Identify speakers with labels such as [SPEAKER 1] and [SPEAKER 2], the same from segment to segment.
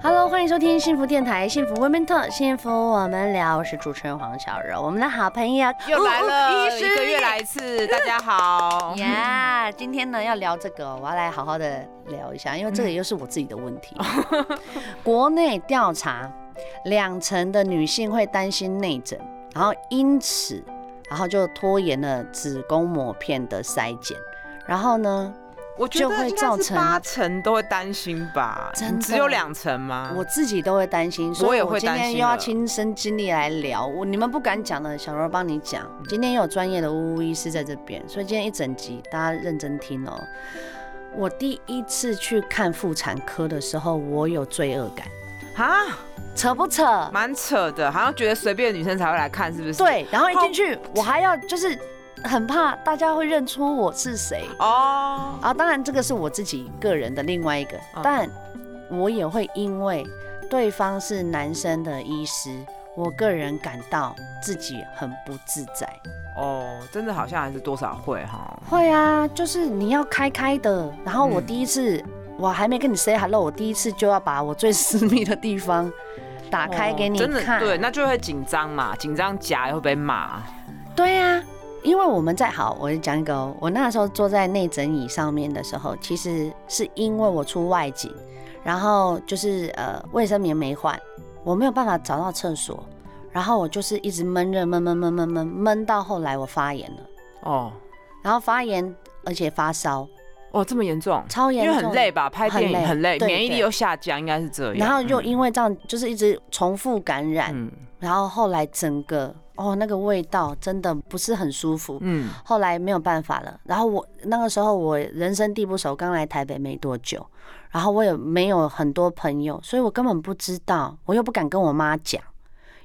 [SPEAKER 1] Hello，欢迎收听幸福电台，幸福 Women Talk，幸福我们聊。我是主持人黄小柔，我们的好朋友
[SPEAKER 2] 又来
[SPEAKER 1] 呜呜
[SPEAKER 2] 了，
[SPEAKER 1] 哦医师
[SPEAKER 2] 一个月来一次。大家 好，
[SPEAKER 1] 呀今天呢要聊这个哦，我要来好好的聊一下，因为这个又是我自己的问题。国内调查，两成的女性会担心内诊，然后因此，然后就拖延了子宫膜片的筛检。然后呢，
[SPEAKER 2] 我觉
[SPEAKER 1] 就
[SPEAKER 2] 得
[SPEAKER 1] 会
[SPEAKER 2] 应
[SPEAKER 1] 造
[SPEAKER 2] 该是
[SPEAKER 1] 成
[SPEAKER 2] 八成都会担心吧，
[SPEAKER 1] 真的
[SPEAKER 2] 只有两成吗？
[SPEAKER 1] 我自己都会担心，所
[SPEAKER 2] 我
[SPEAKER 1] 以
[SPEAKER 2] 也
[SPEAKER 1] 啊我
[SPEAKER 2] 会
[SPEAKER 1] 今
[SPEAKER 2] 担
[SPEAKER 1] 天
[SPEAKER 2] 心
[SPEAKER 1] 又要
[SPEAKER 2] 了
[SPEAKER 1] 亲身经历来聊。我你们不敢讲的，小柔帮你讲。今天又有专业的呜呜医师在这边，所以今天一整集大家认真听哦。我第一次去看妇产科的时候，我有罪恶感，
[SPEAKER 2] 啊，
[SPEAKER 1] 扯不扯？
[SPEAKER 2] 蛮扯的，好像觉得随便的女生才会来看，是不是？
[SPEAKER 1] 对，然后一进去，我还要就是很怕大家会认出我是谁。
[SPEAKER 2] 哦，
[SPEAKER 1] 啊，当然这个是我自己个人的另外一个，
[SPEAKER 2] 嗯
[SPEAKER 1] 但我也会因为对方是男生的医师，我个人感到自己很不自在。
[SPEAKER 2] 哦，真的好像还是多少会哈。
[SPEAKER 1] 会啊，就是你要开开的，然后我
[SPEAKER 2] 嗯
[SPEAKER 1] 第一次、我还没跟你 say hello，我第一次就要把我最 私密的地方打开给你
[SPEAKER 2] 哦真的
[SPEAKER 1] 看，
[SPEAKER 2] 对，那就会紧张嘛，紧张夹会被骂。
[SPEAKER 1] 对呀、因为我们在好，我就讲一个哦，我那时候坐在内诊椅上面的时候，其实是因为我出外景，然后就是呃卫生棉没换，我没有办法找到厕所，然后我就是一直闷热闷闷闷闷闷闷到后来我发炎了，
[SPEAKER 2] 哦，
[SPEAKER 1] 然后发炎而且发烧，
[SPEAKER 2] 哦，这么严重，
[SPEAKER 1] 超严
[SPEAKER 2] 因为
[SPEAKER 1] 重，
[SPEAKER 2] 很累吧？拍电影
[SPEAKER 1] 很
[SPEAKER 2] 很
[SPEAKER 1] 累
[SPEAKER 2] 累，
[SPEAKER 1] 对
[SPEAKER 2] 免疫力
[SPEAKER 1] 对
[SPEAKER 2] 又下降，应该是这样。
[SPEAKER 1] 然后又
[SPEAKER 2] 嗯
[SPEAKER 1] 因为这样就是一直重复感染，
[SPEAKER 2] 嗯
[SPEAKER 1] 然后后来整个哦那个味道真的不是很舒服，
[SPEAKER 2] 嗯，
[SPEAKER 1] 后来没有办法了，然后我那个时候我人生地不熟，刚来台北没多久，然后我也没有很多朋友，所以我根本不知道，我又不敢跟我妈讲，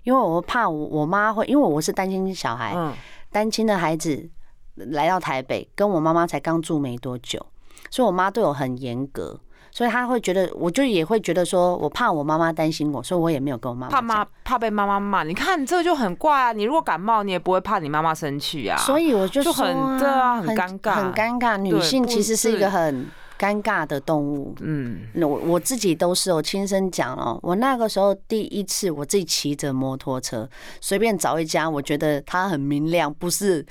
[SPEAKER 1] 因为我怕我我妈会，因为我是单亲小孩，
[SPEAKER 2] 嗯
[SPEAKER 1] 单亲的孩子来到台北，跟我妈妈才刚住没多久，所以我妈对我很严格，所以她会觉得，我就也会觉得说我怕我妈妈担心我，所以我也没有跟我妈妈
[SPEAKER 2] 怕
[SPEAKER 1] 讲
[SPEAKER 2] 妈怕被妈妈骂，你看这个就很怪啊！你如果感冒，你也不会怕你妈妈生气啊。
[SPEAKER 1] 所
[SPEAKER 2] 以
[SPEAKER 1] 以我就
[SPEAKER 2] 就
[SPEAKER 1] 说
[SPEAKER 2] 很
[SPEAKER 1] 啊
[SPEAKER 2] 对啊很尴尬
[SPEAKER 1] 很尴尬。女
[SPEAKER 2] 对
[SPEAKER 1] 性
[SPEAKER 2] 不
[SPEAKER 1] 其实是一
[SPEAKER 2] 是
[SPEAKER 1] 个很尴尬的动物。
[SPEAKER 2] 嗯，
[SPEAKER 1] 那我我自己都是我亲身讲哦，我那个时候第一次我自己骑着摩托车，随便找一家，我觉得它很明亮，不是，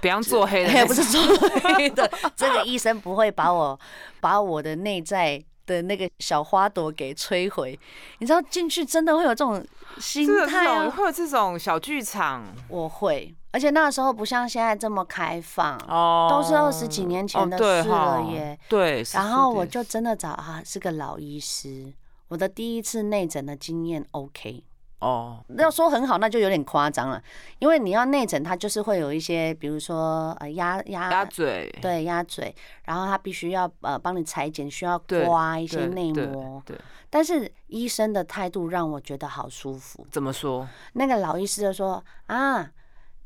[SPEAKER 2] 不要做黑的那
[SPEAKER 1] 也
[SPEAKER 2] 种，
[SPEAKER 1] 哎 不是说的， 这个医生不会把我把我的内在的那个小花朵给摧毁。你知道进去真的会有这种心
[SPEAKER 2] 是有哦这
[SPEAKER 1] 态啊
[SPEAKER 2] 种，会有这种小剧场
[SPEAKER 1] 我会，而且那个时候不像现在这么开放
[SPEAKER 2] 哦，
[SPEAKER 1] 都是二十几年前的
[SPEAKER 2] 哦对
[SPEAKER 1] 事了
[SPEAKER 2] 哈
[SPEAKER 1] 耶。
[SPEAKER 2] 对，
[SPEAKER 1] 然后我
[SPEAKER 2] 14
[SPEAKER 1] 就真的找啊，是个老医师。我的第一次内诊的经验 OK，
[SPEAKER 2] 哦，
[SPEAKER 1] 要说很好那就有点夸张了，因为你要内诊，它就是会有一些，比如说呃压
[SPEAKER 2] 鸭
[SPEAKER 1] 压
[SPEAKER 2] 嘴，
[SPEAKER 1] 对压嘴，然后他必须要呃帮你裁剪，需要
[SPEAKER 2] 对
[SPEAKER 1] 刮一些
[SPEAKER 2] 对
[SPEAKER 1] 内
[SPEAKER 2] 对
[SPEAKER 1] 膜，啊
[SPEAKER 2] 对，
[SPEAKER 1] 但是医生的态度让我觉得好舒服。
[SPEAKER 2] 怎么说？
[SPEAKER 1] 那个老医师就说啊，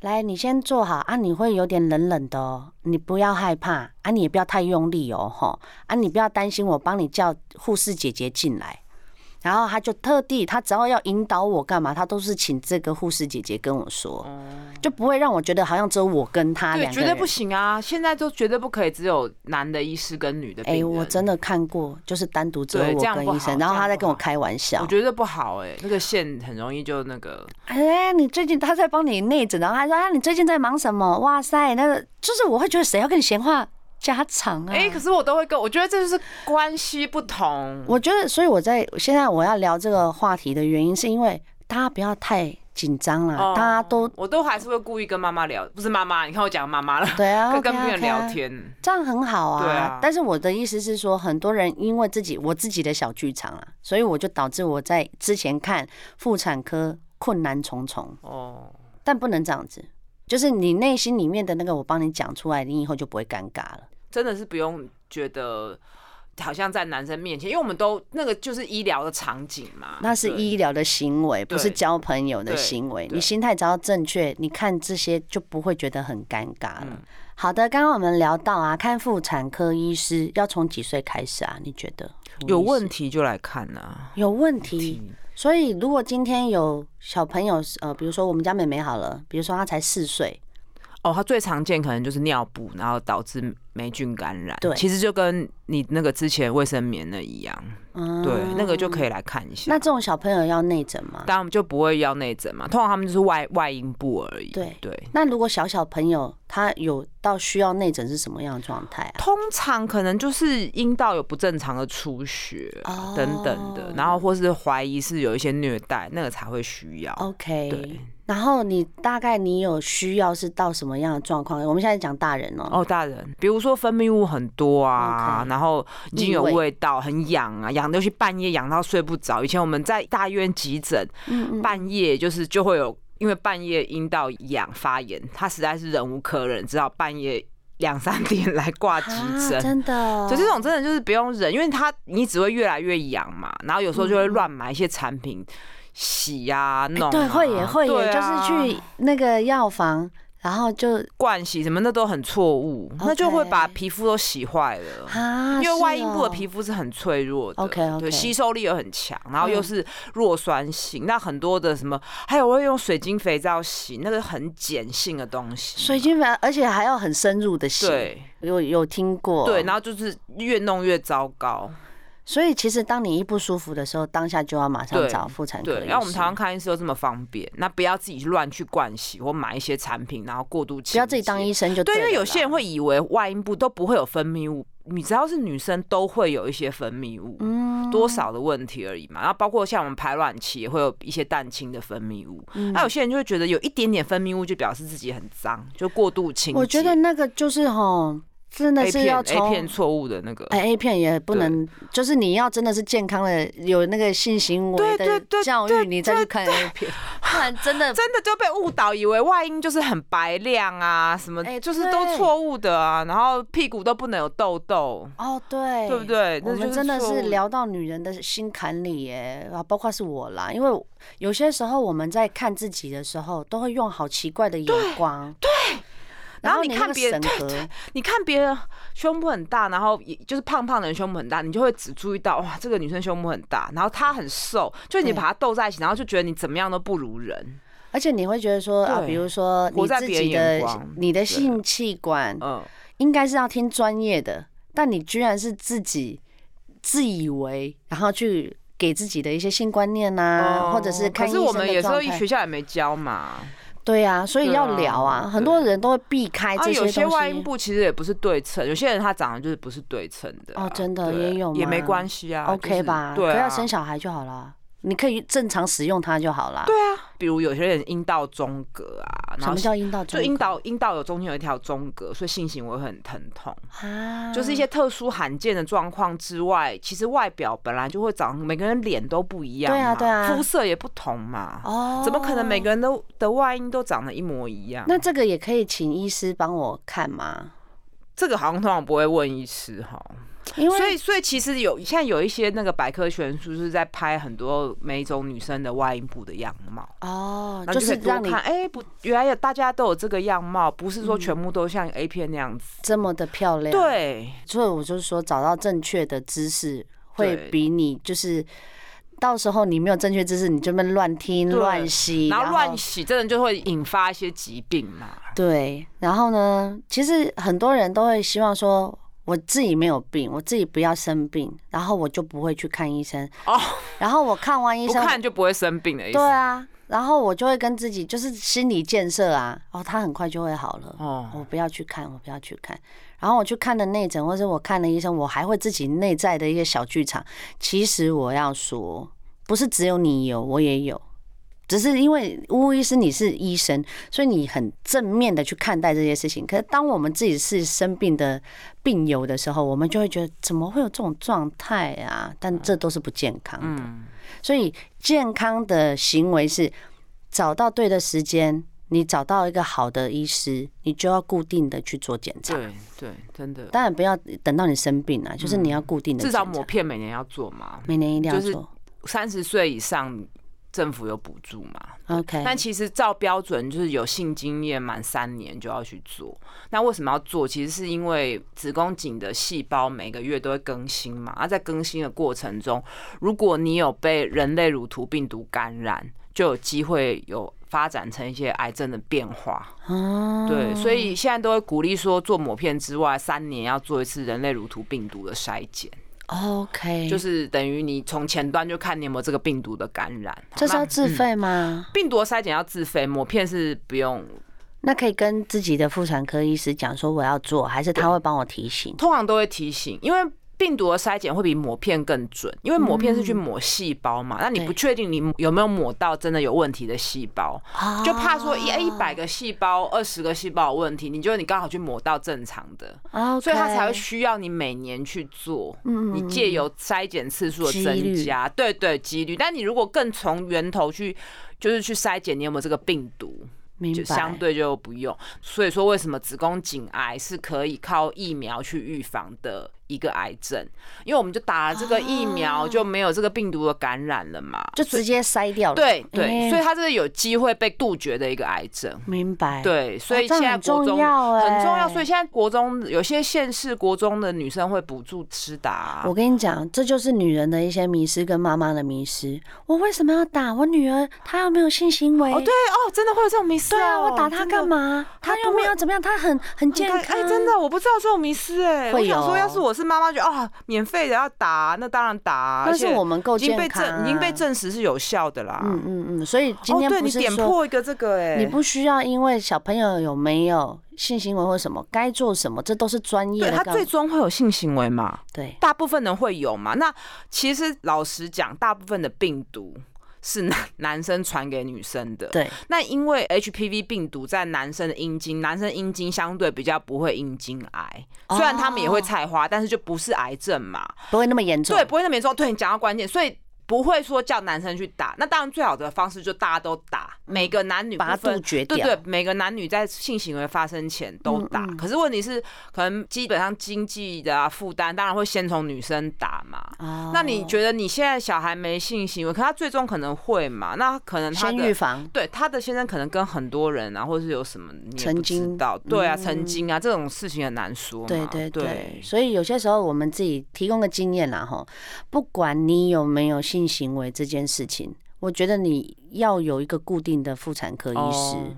[SPEAKER 1] 来，你先坐好啊，你会有点冷冷的哦，你不要害怕啊，你也不要太用力哦，吼啊，你不要担心，我帮你叫护士姐姐进来。然后他就特地，他只要要引导我干嘛，他都是请这个护士姐姐跟我说，就不会让我觉得好像只有我跟他
[SPEAKER 2] 哦对，
[SPEAKER 1] 两个
[SPEAKER 2] 绝
[SPEAKER 1] 人。
[SPEAKER 2] 对不行啊！现在都绝对不可以只有男的医师跟女的病
[SPEAKER 1] 哎、
[SPEAKER 2] 人，
[SPEAKER 1] 我真的看过，就是单独只有
[SPEAKER 2] 对
[SPEAKER 1] 我
[SPEAKER 2] 这样
[SPEAKER 1] 跟
[SPEAKER 2] 不
[SPEAKER 1] 医生，
[SPEAKER 2] 好
[SPEAKER 1] 然后
[SPEAKER 2] 这样
[SPEAKER 1] 他在
[SPEAKER 2] 不
[SPEAKER 1] 跟我
[SPEAKER 2] 好
[SPEAKER 1] 开玩笑
[SPEAKER 2] 我。觉得不好哎，那个线很容易就那个，
[SPEAKER 1] 哎，你最近他在帮你内诊，然后他说啊，你最近在忙什么？哇塞，那个就是我会觉得谁要跟你闲话家常啊？
[SPEAKER 2] 哎，可是我都会跟，我觉得这就是关系不同，
[SPEAKER 1] 我觉得，所以我在现在我要聊这个话题的原因，是因为大家不要太紧张了，
[SPEAKER 2] 哦
[SPEAKER 1] 大家都
[SPEAKER 2] 我都还是会故意跟妈妈聊，不是妈妈，你看我讲妈妈了，
[SPEAKER 1] 对啊，
[SPEAKER 2] 跟跟病
[SPEAKER 1] OK 啊
[SPEAKER 2] 人
[SPEAKER 1] OK 啊
[SPEAKER 2] 聊天。
[SPEAKER 1] 这样很好啊。
[SPEAKER 2] 对啊
[SPEAKER 1] 但是我的意思是说，很多人因为自己我自己的小剧场啊，所以我就导致我在之前看妇产科困难重重，
[SPEAKER 2] 哦，
[SPEAKER 1] 但不能这样子。就是你内心里面的那个，我帮你讲出来，你以后就不会尴尬了。
[SPEAKER 2] 真的是不用觉得好像在男生面前，因为我们都那个就是医疗的场景嘛，
[SPEAKER 1] 那是
[SPEAKER 2] 啊对
[SPEAKER 1] 医疗的行为，不
[SPEAKER 2] 对
[SPEAKER 1] 是交朋友的行为。
[SPEAKER 2] 对嗯
[SPEAKER 1] 你心态只要正确，你看这些就不会觉得很尴尬了。好的，刚刚我们聊到啊，看妇产科医师要从几岁开始啊？你觉得
[SPEAKER 2] 有问题就来看啊呐、
[SPEAKER 1] 有问题？所以如果今天有小朋友，呃，比如说我们家妹妹好了，比如说她才四岁，
[SPEAKER 2] 哦，它最常见可能就是尿布，然后导致霉菌感染。
[SPEAKER 1] 对
[SPEAKER 2] 其实就跟你那个之前卫生棉的一样，
[SPEAKER 1] 嗯，
[SPEAKER 2] 对，那个就可以来看一下。
[SPEAKER 1] 那这种小朋友要内诊吗？
[SPEAKER 2] 当然就不会要内诊嘛，通常他们就是外外阴部而已。
[SPEAKER 1] 对
[SPEAKER 2] 对，
[SPEAKER 1] 那如果小小朋友他有到需要内诊是什么样的状态啊？
[SPEAKER 2] 通常可能就是阴道有不正常的出血、啊
[SPEAKER 1] 哦
[SPEAKER 2] 等等的，然后或是怀疑是有一些虐待，那个才会需要。对
[SPEAKER 1] 哦 OK，然后你大概你有需要是到什么样的状况？我们现在讲大人哦、
[SPEAKER 2] 哦，大人，比如说分泌物很多啊
[SPEAKER 1] OK
[SPEAKER 2] 然后已经有
[SPEAKER 1] 异味
[SPEAKER 2] 味道，很痒啊，痒到去半夜痒到睡不着。以前我们在大医院急诊，
[SPEAKER 1] 嗯嗯，
[SPEAKER 2] 半夜就是就会有，因为半夜阴道痒发炎，他实在是忍无可忍，只好半夜两三点来挂急诊。
[SPEAKER 1] 啊真的哦、
[SPEAKER 2] 就这种真的就是不用忍，因为它你只会越来越痒嘛，然后有时候就会乱买一些产品洗呀、弄啊、
[SPEAKER 1] 嗯哎对，会也会
[SPEAKER 2] 对
[SPEAKER 1] 也，就
[SPEAKER 2] 啊
[SPEAKER 1] 是去那个药房，然后就
[SPEAKER 2] 灌洗什么的都很错误，那就会把皮肤都洗坏了。
[SPEAKER 1] 啊，
[SPEAKER 2] 因为外阴部的
[SPEAKER 1] 肤
[SPEAKER 2] 皮肤是很脆弱的
[SPEAKER 1] OK，OK
[SPEAKER 2] 对，吸收力又很强，然后
[SPEAKER 1] 嗯
[SPEAKER 2] 又是弱酸性，那很多的什么，还有我会用水晶肥皂洗，那个很碱性的东西，
[SPEAKER 1] 水晶粉，而且还要很深入的洗，哦
[SPEAKER 2] 对
[SPEAKER 1] 有有听过，
[SPEAKER 2] 对，然后就是越弄越糟糕，
[SPEAKER 1] 所以其实当你一不舒服的时候，当下就要马上
[SPEAKER 2] 对
[SPEAKER 1] 找妇产科医
[SPEAKER 2] 对，
[SPEAKER 1] 师。
[SPEAKER 2] 然后我们台湾看医师又这么方便，那不要自己乱去灌洗或买一些产品，然后过度
[SPEAKER 1] 不要自己当医
[SPEAKER 2] 清洁。
[SPEAKER 1] 生就
[SPEAKER 2] 对，因
[SPEAKER 1] 了
[SPEAKER 2] 为有
[SPEAKER 1] 啦
[SPEAKER 2] 些人会以为外阴部都不会有分泌物，你只要是女生都会有一些分泌物，
[SPEAKER 1] 嗯
[SPEAKER 2] 多少的问题而已嘛。然后包括像我们排卵期也会有一些蛋清的分泌物，
[SPEAKER 1] 嗯
[SPEAKER 2] 那、有些人就会觉得有一点点分泌物就表示自己很脏，就过度清洁。
[SPEAKER 1] 我觉得那个就是吼，真的
[SPEAKER 2] A
[SPEAKER 1] 是
[SPEAKER 2] 片
[SPEAKER 1] 要
[SPEAKER 2] A
[SPEAKER 1] 从
[SPEAKER 2] 片错误的那个，
[SPEAKER 1] 哎 A 片也不能，就是你要真的是健康的，有那个性行为
[SPEAKER 2] 对对
[SPEAKER 1] 的
[SPEAKER 2] 对
[SPEAKER 1] 教
[SPEAKER 2] 对
[SPEAKER 1] 育，你再去看 A 片，不然真 的
[SPEAKER 2] 真的就被误导，以为外阴就是很白亮啊，什么
[SPEAKER 1] 哎
[SPEAKER 2] 就是
[SPEAKER 1] 对
[SPEAKER 2] 都错误的啊，然后屁股都不能有痘痘，
[SPEAKER 1] 哦对，
[SPEAKER 2] 对不？对？
[SPEAKER 1] 我
[SPEAKER 2] 那就
[SPEAKER 1] 们真的
[SPEAKER 2] 错误
[SPEAKER 1] 是聊到女人的心坎里耶，啊，包括是我啦，因为有些时候我们在看自己的时候，都会用好奇怪的眼光，对，
[SPEAKER 2] 然后你
[SPEAKER 1] 那
[SPEAKER 2] 看
[SPEAKER 1] 个
[SPEAKER 2] 别人
[SPEAKER 1] 审
[SPEAKER 2] 对
[SPEAKER 1] 核
[SPEAKER 2] 你看别人胸部很大，然后也就是胖胖的人胸部很大，你就会只注意到哇，这个女生胸部很大，然后她很瘦，就
[SPEAKER 1] 对
[SPEAKER 2] 你把她斗在一起，然后就觉得你怎么样都不如人，
[SPEAKER 1] 而且你会觉得说啊，
[SPEAKER 2] 对
[SPEAKER 1] 比如说
[SPEAKER 2] 活
[SPEAKER 1] 你
[SPEAKER 2] 在
[SPEAKER 1] 自
[SPEAKER 2] 别人
[SPEAKER 1] 己
[SPEAKER 2] 眼
[SPEAKER 1] 的
[SPEAKER 2] 光
[SPEAKER 1] 你的性器官
[SPEAKER 2] 嗯，
[SPEAKER 1] 应该是要听专业的，但你居然是自己自以为，然后去给自己的一些性观念呐、
[SPEAKER 2] 哦
[SPEAKER 1] 嗯或者是看
[SPEAKER 2] 可
[SPEAKER 1] 医
[SPEAKER 2] 是
[SPEAKER 1] 生
[SPEAKER 2] 我们
[SPEAKER 1] 的
[SPEAKER 2] 有时候
[SPEAKER 1] 状
[SPEAKER 2] 学
[SPEAKER 1] 态。
[SPEAKER 2] 校也没教嘛，
[SPEAKER 1] 对啊，所以要聊啊，
[SPEAKER 2] 对啊
[SPEAKER 1] 很多人都会避开
[SPEAKER 2] 啊，
[SPEAKER 1] 哎这些
[SPEAKER 2] 有
[SPEAKER 1] 东
[SPEAKER 2] 些外阴
[SPEAKER 1] 西。
[SPEAKER 2] 部其实也不是对称，有些人他长得就是不是对称的啊、
[SPEAKER 1] 哦真的
[SPEAKER 2] 对
[SPEAKER 1] 也有
[SPEAKER 2] 也没
[SPEAKER 1] 吗
[SPEAKER 2] 关系啊
[SPEAKER 1] OK 吧？
[SPEAKER 2] 就是、对
[SPEAKER 1] 不
[SPEAKER 2] 啊，
[SPEAKER 1] 要生小孩就好了，你可以正常使用它就好了。
[SPEAKER 2] 对啊，比如有些人阴道中隔啊，然
[SPEAKER 1] 什
[SPEAKER 2] 后
[SPEAKER 1] 么叫阴道中
[SPEAKER 2] 就
[SPEAKER 1] 隔？
[SPEAKER 2] 阴道阴道有中间有一条中隔，所以性行为会很疼痛。
[SPEAKER 1] 啊，
[SPEAKER 2] 就是一些特殊罕见的状况之外，其实外表本来就会长，每个人脸都不一样嘛，
[SPEAKER 1] 对啊对啊
[SPEAKER 2] 肤色也不同嘛，
[SPEAKER 1] 哦，
[SPEAKER 2] 怎么可能每个人都的外阴都长得一模一样？
[SPEAKER 1] 那这个也可以请医师帮我看吗？
[SPEAKER 2] 这个好像通常不会问医师哈，
[SPEAKER 1] 因为
[SPEAKER 2] 所以所以其实有现在有一些那个百科全书是在拍很多每一种女生的外阴部的样貌。
[SPEAKER 1] 哦，
[SPEAKER 2] 然
[SPEAKER 1] 就
[SPEAKER 2] 后就是可以多
[SPEAKER 1] 让你
[SPEAKER 2] 看，哎、不，原来有大家都有这个样貌，不是说全部都像 A 片那样子。
[SPEAKER 1] 这么的漂亮。
[SPEAKER 2] 对，
[SPEAKER 1] 所以我就是说，找到正确的知识会
[SPEAKER 2] 对
[SPEAKER 1] 比你就是到时候你没有正确知识，你就被乱听
[SPEAKER 2] 对
[SPEAKER 1] 乱吸，
[SPEAKER 2] 然后乱
[SPEAKER 1] 吸。
[SPEAKER 2] 洗，真的就会引发一些疾病嘛。
[SPEAKER 1] 对，然后呢，其实很多人都会希望说。我自己没有病，我自己不要生病，然后我就不会去看医生。
[SPEAKER 2] 哦，
[SPEAKER 1] 然后我看完医
[SPEAKER 2] 不
[SPEAKER 1] 生，
[SPEAKER 2] 看就不会生病的意思。
[SPEAKER 1] 对啊，然后我就会跟自己就是心理建设啊，哦，他很快就会好了。
[SPEAKER 2] 哦，
[SPEAKER 1] 我不要去看，我不要去看。然后我去看了内诊，或者我看了医生，我还会自己内在的一些小剧场。其实我要说，不是只有你有，我也有。只是因为巫医师你是医生，所以你很正面的去看待这些事情。可是当我们自己是生病的病友的时候，我们就会觉得怎么会有这种状态啊？但这都是不健康的。
[SPEAKER 2] 嗯，
[SPEAKER 1] 所以健康的行为是找到对的时间，你找到一个好的医师，你就要固定的去做检查。
[SPEAKER 2] 对对，真的，
[SPEAKER 1] 当然不要等到你生病了，就是你要固定的
[SPEAKER 2] 嗯至
[SPEAKER 1] 检
[SPEAKER 2] 少
[SPEAKER 1] 查，
[SPEAKER 2] 抹片每年要做嘛。
[SPEAKER 1] 每年一定要
[SPEAKER 2] 就是
[SPEAKER 1] 做。
[SPEAKER 2] 三十岁以上政府有补助嘛，
[SPEAKER 1] OK，
[SPEAKER 2] 但其实照标准就是有性经验满三年就要去做。那为什么要做？其实是因为子宫颈的细胞每个月都会更新嘛，啊而、在更新的过程中，如果你有被人类乳头病毒感染，就有机会有发展成一些癌症的变化。
[SPEAKER 1] 哦，
[SPEAKER 2] 对，所以现在都会鼓励说，做抹片之外，三年要做一次人类乳头病毒的筛检，
[SPEAKER 1] OK，
[SPEAKER 2] 就是是等于你从前端就看你有没有这个病毒的感染。
[SPEAKER 1] 这是
[SPEAKER 2] 那
[SPEAKER 1] 要自费吗？
[SPEAKER 2] 病毒的筛检要自费，抹片是不用
[SPEAKER 1] 那可以跟自己的妇产科医师讲说我要做，还是他会帮我提醒？
[SPEAKER 2] 通常都会提醒，因为病毒的筛检会比抹片更准，因为抹片是去抹细胞嘛，那你
[SPEAKER 1] 嗯对
[SPEAKER 2] 不确定你有没有抹到真的有问题的细胞，
[SPEAKER 1] 哦
[SPEAKER 2] 就怕说一一百个细胞、二十个细胞有问题，你就你刚好去抹到正常的，
[SPEAKER 1] 哦，
[SPEAKER 2] 所以它才会需要你每年去做，
[SPEAKER 1] 嗯
[SPEAKER 2] 你借由筛检次数的
[SPEAKER 1] 几
[SPEAKER 2] 增
[SPEAKER 1] 率
[SPEAKER 2] 加，对对几率，但你如果更从源头去，就是去筛检你有没有这个病毒，
[SPEAKER 1] 明
[SPEAKER 2] 就
[SPEAKER 1] 白，
[SPEAKER 2] 相对就不用。所以说，为什么子宫颈癌是可以靠疫苗去预防的一个癌症？因为我们就打了这个疫
[SPEAKER 1] 啊
[SPEAKER 2] 苗，就没有这个病毒的感染了嘛。
[SPEAKER 1] 就直接筛掉了。
[SPEAKER 2] 对对，
[SPEAKER 1] 哎
[SPEAKER 2] 所以它这是有机会被杜绝的一个癌症。
[SPEAKER 1] 明白。，
[SPEAKER 2] 对，所以
[SPEAKER 1] 哦这
[SPEAKER 2] 现
[SPEAKER 1] 样
[SPEAKER 2] 在
[SPEAKER 1] 很
[SPEAKER 2] 国
[SPEAKER 1] 重
[SPEAKER 2] 中
[SPEAKER 1] 要
[SPEAKER 2] 很重要，
[SPEAKER 1] 哎
[SPEAKER 2] 所以现在国中有些县市国中的女生会补助吃打啊、
[SPEAKER 1] 我跟你讲，这就是女人的一些迷失跟妈妈的迷失。我为什么要打我女儿？她又没有性行为。
[SPEAKER 2] 哦，对哦，真的会有这种迷思、哦。
[SPEAKER 1] 对啊，我打她
[SPEAKER 2] 真的
[SPEAKER 1] 干嘛？
[SPEAKER 2] 她
[SPEAKER 1] 她又
[SPEAKER 2] 不
[SPEAKER 1] 没
[SPEAKER 2] 会
[SPEAKER 1] 有怎么样，她很很健
[SPEAKER 2] 很开
[SPEAKER 1] 康。
[SPEAKER 2] 哎、真的，我不知道这种迷失哎、我
[SPEAKER 1] 会
[SPEAKER 2] 想说，
[SPEAKER 1] 有
[SPEAKER 2] 要是我是妈妈，觉得啊，免费的要打，那当然打啊。
[SPEAKER 1] 但是
[SPEAKER 2] 而且
[SPEAKER 1] 我们够
[SPEAKER 2] 已经被
[SPEAKER 1] 健康啊
[SPEAKER 2] 证，已经被证实是有效的啦。
[SPEAKER 1] 嗯嗯嗯，所以今天
[SPEAKER 2] 哦，对
[SPEAKER 1] 不
[SPEAKER 2] 你
[SPEAKER 1] 是
[SPEAKER 2] 点
[SPEAKER 1] 说
[SPEAKER 2] 破一个这个哎、
[SPEAKER 1] 你不需要因为小朋友有没有性行为或什么，该做什么，这都是专业
[SPEAKER 2] 对
[SPEAKER 1] 的
[SPEAKER 2] 他
[SPEAKER 1] 告。
[SPEAKER 2] 最终会有性行为嘛？
[SPEAKER 1] 对，
[SPEAKER 2] 大部分人会有嘛？那其实老实讲，大部分的病毒是男 男生传给女生的。
[SPEAKER 1] 对，
[SPEAKER 2] 那因为 HPV 病毒在男生的阴茎，男生阴茎相对比较不会阴茎癌，虽然他们也会
[SPEAKER 1] 哦
[SPEAKER 2] 菜花，但是就不是癌症嘛。
[SPEAKER 1] 不会那么严重。
[SPEAKER 2] 对，不会那么严重。对你讲到关键，所以不会说叫男生去打。那当然最好的方式就大家都打，每个男女
[SPEAKER 1] 嗯
[SPEAKER 2] 不
[SPEAKER 1] 把它
[SPEAKER 2] 分
[SPEAKER 1] 杜绝
[SPEAKER 2] 对
[SPEAKER 1] 掉
[SPEAKER 2] 对，每个男女在性行为发生前都
[SPEAKER 1] 嗯
[SPEAKER 2] 打。
[SPEAKER 1] 嗯
[SPEAKER 2] 可是问题是，可能基本上经济的啊负担，当然会先从女生打嘛。
[SPEAKER 1] 哦
[SPEAKER 2] 那你觉得你现在小孩没性行为，可他最终可能会嘛？那可能他
[SPEAKER 1] 先
[SPEAKER 2] 的
[SPEAKER 1] 预防？
[SPEAKER 2] 对他的先生可能跟很多人啊，或是有什么你也
[SPEAKER 1] 曾
[SPEAKER 2] 不知
[SPEAKER 1] 经
[SPEAKER 2] 道，对啊，曾
[SPEAKER 1] 嗯
[SPEAKER 2] 经啊，这种事情很难说嘛。
[SPEAKER 1] 对对对
[SPEAKER 2] 对，，
[SPEAKER 1] 所以有些时候我们自己提供个经验啦，吼，不管你有没有性行为这件事情，我觉得你要有一个固定的妇产科医师，
[SPEAKER 2] 哦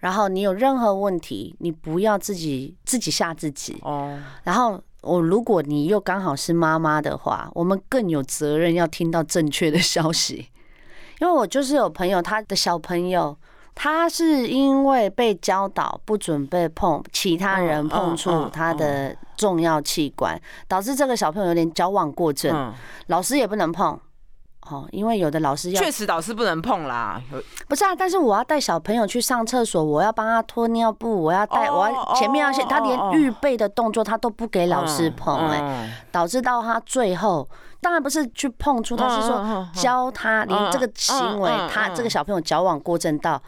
[SPEAKER 1] 然后你有任何问题，你不要自己自己吓自己。
[SPEAKER 2] 哦，
[SPEAKER 1] 然后我如果你又刚好是妈妈的话，我们更有责任要听到正确的消息， 因为我就是有朋友，他的小朋友。他是因为被教导不准备碰其他人
[SPEAKER 2] 嗯
[SPEAKER 1] 碰触
[SPEAKER 2] 嗯
[SPEAKER 1] 他的重要器官，导致这个小朋友有点矫枉过正，
[SPEAKER 2] 嗯
[SPEAKER 1] 老师也不能碰。哦，因为有的老师要
[SPEAKER 2] 确实导师不能碰啦，有
[SPEAKER 1] 不是啊，但是我要带小朋友去上厕所，我要帮他脱尿布，我要带，
[SPEAKER 2] 哦
[SPEAKER 1] 我要前面要先，
[SPEAKER 2] 哦嗯
[SPEAKER 1] 他连
[SPEAKER 2] 哦
[SPEAKER 1] 预备的动作他都不给老师碰、哎、导致到他最后，当然不是去碰触，他是说
[SPEAKER 2] 说
[SPEAKER 1] 教他，连这个行为
[SPEAKER 2] 嗯嗯嗯，
[SPEAKER 1] 他这个小朋友矫枉过正到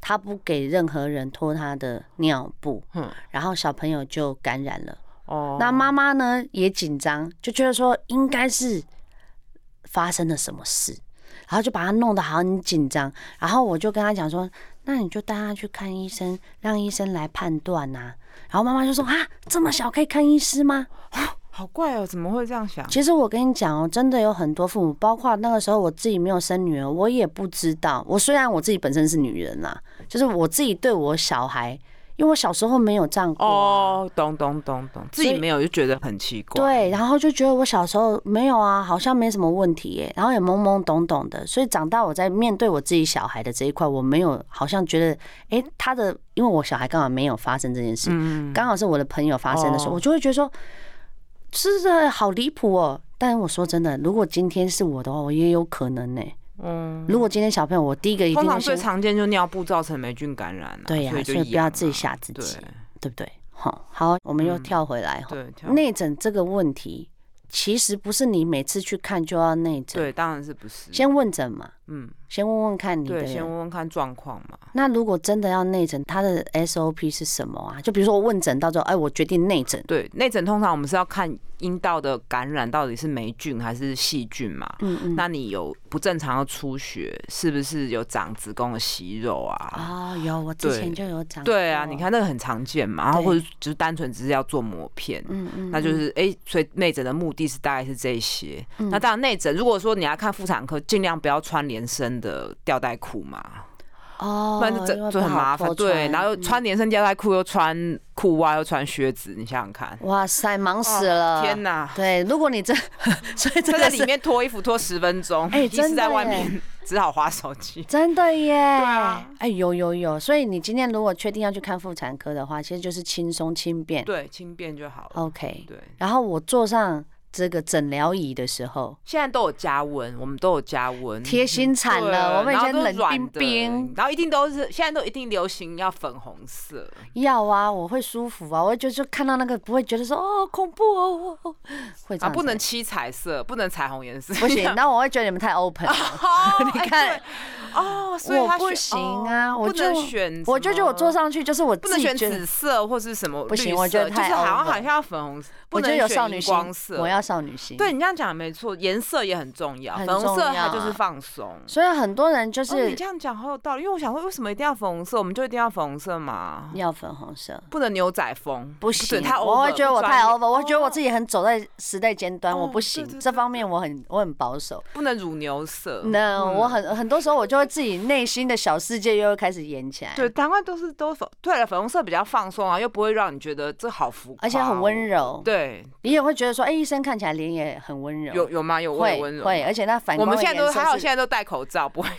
[SPEAKER 1] 他不给任何人脱他的尿布
[SPEAKER 2] 嗯，
[SPEAKER 1] 然后小朋友就感染了。
[SPEAKER 2] 哦
[SPEAKER 1] 那妈妈呢也紧张，就觉得说应该是发生了什么事，然后就把他弄得好像很紧张。然后我就跟他讲说，那你就带他去看医生，让医生来判断呐、然后妈妈就说啊，这么小可以看医师吗？
[SPEAKER 2] 好怪哦，怎么会这样想？
[SPEAKER 1] 其实我跟你讲哦，真的有很多父母，包括那个时候我自己没有生女儿，我也不知道。我虽然我自己本身是女人啦，就是我自己对我小孩，因为我小时候没有这样过、啊。
[SPEAKER 2] 哦，懂懂懂懂，自
[SPEAKER 1] 所
[SPEAKER 2] 己
[SPEAKER 1] 以
[SPEAKER 2] 没有就觉得很奇怪。
[SPEAKER 1] 对，然后就觉得我小时候没有啊，好像没什么问题耶、然后也懵懵懂懂的，所以长大我在面对我自己小孩的这一块，我没有好像觉得，诶，他的，因为我小孩刚好没有发生这件事，
[SPEAKER 2] 嗯，
[SPEAKER 1] 刚好是我的朋友发生的时候，
[SPEAKER 2] 哦
[SPEAKER 1] 我就会觉得说，是的，好离谱哦。但我说真的，如果今天是我的话，我也有可能呢、
[SPEAKER 2] 嗯，
[SPEAKER 1] 如果今天小朋友，我第一个一定
[SPEAKER 2] 通
[SPEAKER 1] 会
[SPEAKER 2] 常最
[SPEAKER 1] 先，
[SPEAKER 2] 常见就尿布造成霉菌感染啊，
[SPEAKER 1] 对呀、
[SPEAKER 2] 所以就
[SPEAKER 1] 所以不要自己
[SPEAKER 2] 痒啊
[SPEAKER 1] 吓自己，
[SPEAKER 2] 对
[SPEAKER 1] 对不对？好，好，我们又
[SPEAKER 2] 嗯
[SPEAKER 1] 跳回来哈。
[SPEAKER 2] 对这样
[SPEAKER 1] 内诊这个问题，其实不是你每次去看就要内诊，
[SPEAKER 2] 对，当然是不是？
[SPEAKER 1] 先问诊嘛。
[SPEAKER 2] 嗯，
[SPEAKER 1] 先问问看你的
[SPEAKER 2] 对，先
[SPEAKER 1] 人
[SPEAKER 2] 问问看状况嘛。
[SPEAKER 1] 那如果真的要内诊，它的 SOP 是什么啊？就比如说我问诊到最后，哎，我决定内诊，
[SPEAKER 2] 对，内诊通常我们是要看阴道的感染到底是霉菌还是细菌嘛。
[SPEAKER 1] 嗯嗯，
[SPEAKER 2] 那你有不正常的出血，是不是有长子宫的息肉啊？
[SPEAKER 1] 哦，有我之
[SPEAKER 2] 对
[SPEAKER 1] 前就有讲，
[SPEAKER 2] 对啊，你，看那个很常见嘛，然后
[SPEAKER 1] 对
[SPEAKER 2] 或者只是单纯只是要做磨片，
[SPEAKER 1] 嗯嗯，
[SPEAKER 2] 那就
[SPEAKER 1] 嗯
[SPEAKER 2] 是哎、所以内诊的目的是大概是这些。
[SPEAKER 1] 嗯
[SPEAKER 2] 那当然内诊，如果说你要看妇产科，尽量不要穿连身的吊带裤嘛，
[SPEAKER 1] 哦
[SPEAKER 2] 不，然就
[SPEAKER 1] 因为
[SPEAKER 2] 这就
[SPEAKER 1] 不
[SPEAKER 2] 很
[SPEAKER 1] 好
[SPEAKER 2] 麻
[SPEAKER 1] 脱
[SPEAKER 2] 烦。对，
[SPEAKER 1] 穿
[SPEAKER 2] 然后
[SPEAKER 1] 嗯
[SPEAKER 2] 穿连身吊带裤又穿裤袜又穿靴子，你想想看，
[SPEAKER 1] 哇塞，忙死
[SPEAKER 2] 哦
[SPEAKER 1] 了！
[SPEAKER 2] 天哪！
[SPEAKER 1] 对，如果你真，所以 真的
[SPEAKER 2] 在里
[SPEAKER 1] 是
[SPEAKER 2] 面脱衣服脱十分钟，
[SPEAKER 1] 哎
[SPEAKER 2] 一
[SPEAKER 1] 真
[SPEAKER 2] 直
[SPEAKER 1] 的
[SPEAKER 2] 在外
[SPEAKER 1] 耶
[SPEAKER 2] 面，只好划手机。
[SPEAKER 1] 真的耶。
[SPEAKER 2] 啊
[SPEAKER 1] 哎，有有有，所以你今天如果确定要去看妇产科的话，其实就是轻松轻便。
[SPEAKER 2] 对，轻便就好了。
[SPEAKER 1] OK。
[SPEAKER 2] 对，
[SPEAKER 1] 然后我坐上这个诊疗椅的时候，
[SPEAKER 2] 现在都有加温，我们都有加温，
[SPEAKER 1] 贴心惨了。
[SPEAKER 2] 嗯对
[SPEAKER 1] 我们以前
[SPEAKER 2] 然后都
[SPEAKER 1] 冷
[SPEAKER 2] 是
[SPEAKER 1] 冰
[SPEAKER 2] 软的
[SPEAKER 1] 冰，
[SPEAKER 2] 然后一定都是现在都一定流行要粉红色，
[SPEAKER 1] 要啊，我会舒服啊，我会就就看到那个不会觉得说哦恐怖哦，哦哦会这
[SPEAKER 2] 啊，
[SPEAKER 1] 样子
[SPEAKER 2] 不能七彩色，不能彩虹颜色，
[SPEAKER 1] 不 行，那我会觉得你们太 open 了。
[SPEAKER 2] 哦，
[SPEAKER 1] 你
[SPEAKER 2] 哎
[SPEAKER 1] 看，
[SPEAKER 2] 对哦，所以
[SPEAKER 1] 我
[SPEAKER 2] 他
[SPEAKER 1] 不
[SPEAKER 2] 选
[SPEAKER 1] 行
[SPEAKER 2] 哦
[SPEAKER 1] 啊，我
[SPEAKER 2] 不能
[SPEAKER 1] 就
[SPEAKER 2] 选，
[SPEAKER 1] 我就觉得我坐。上去就是我
[SPEAKER 2] 不
[SPEAKER 1] 自
[SPEAKER 2] 能
[SPEAKER 1] 己
[SPEAKER 2] 选
[SPEAKER 1] 觉得
[SPEAKER 2] 紫色或是什么
[SPEAKER 1] 不行
[SPEAKER 2] 绿
[SPEAKER 1] 我觉得
[SPEAKER 2] 色
[SPEAKER 1] 太
[SPEAKER 2] 就是好像
[SPEAKER 1] over
[SPEAKER 2] 好像要粉红色，不
[SPEAKER 1] 我觉
[SPEAKER 2] 能
[SPEAKER 1] 得有
[SPEAKER 2] 选
[SPEAKER 1] 少女
[SPEAKER 2] 荧
[SPEAKER 1] 心
[SPEAKER 2] 光，色。
[SPEAKER 1] 我要少女心。
[SPEAKER 2] 对，你这样讲没错，颜色也很重要，
[SPEAKER 1] 很
[SPEAKER 2] 粉红色
[SPEAKER 1] 重要
[SPEAKER 2] 它就是
[SPEAKER 1] 啊
[SPEAKER 2] 放松。
[SPEAKER 1] 所以很多人就
[SPEAKER 2] 哦，你
[SPEAKER 1] 是
[SPEAKER 2] 这样讲好有道理，因为我想说，为什么一定要粉红色？我们就一定要粉红色嘛？
[SPEAKER 1] 要粉红色，
[SPEAKER 2] 不能牛仔风，
[SPEAKER 1] 不
[SPEAKER 2] 准
[SPEAKER 1] 行，
[SPEAKER 2] 太 over，
[SPEAKER 1] 我会觉得我
[SPEAKER 2] 不
[SPEAKER 1] 太
[SPEAKER 2] 专业
[SPEAKER 1] over，我觉得我
[SPEAKER 2] 哦
[SPEAKER 1] 自己很走在时代尖端，
[SPEAKER 2] 哦
[SPEAKER 1] 我不
[SPEAKER 2] 对
[SPEAKER 1] 行
[SPEAKER 2] 对，对
[SPEAKER 1] 这
[SPEAKER 2] 对
[SPEAKER 1] 方面我很我很保守。
[SPEAKER 2] 不能乳牛 色。
[SPEAKER 1] 那
[SPEAKER 2] 嗯
[SPEAKER 1] 我很很多时候我就会自己内心的小世界又会开始演起来，
[SPEAKER 2] 对，难怪都是都粉。对了，粉红色比较放松啊，又不会让你觉得这好浮夸哦，
[SPEAKER 1] 而且很温柔，
[SPEAKER 2] 对，
[SPEAKER 1] 你也会觉得说，哎，医生看起来脸也很温
[SPEAKER 2] 有
[SPEAKER 1] 柔，
[SPEAKER 2] 有吗？有温
[SPEAKER 1] 会
[SPEAKER 2] 温柔。
[SPEAKER 1] 会，而且那反
[SPEAKER 2] 我
[SPEAKER 1] 光
[SPEAKER 2] 们
[SPEAKER 1] 的
[SPEAKER 2] 现在都
[SPEAKER 1] 颜色
[SPEAKER 2] 还好，
[SPEAKER 1] 是
[SPEAKER 2] 现在都戴口罩，不会。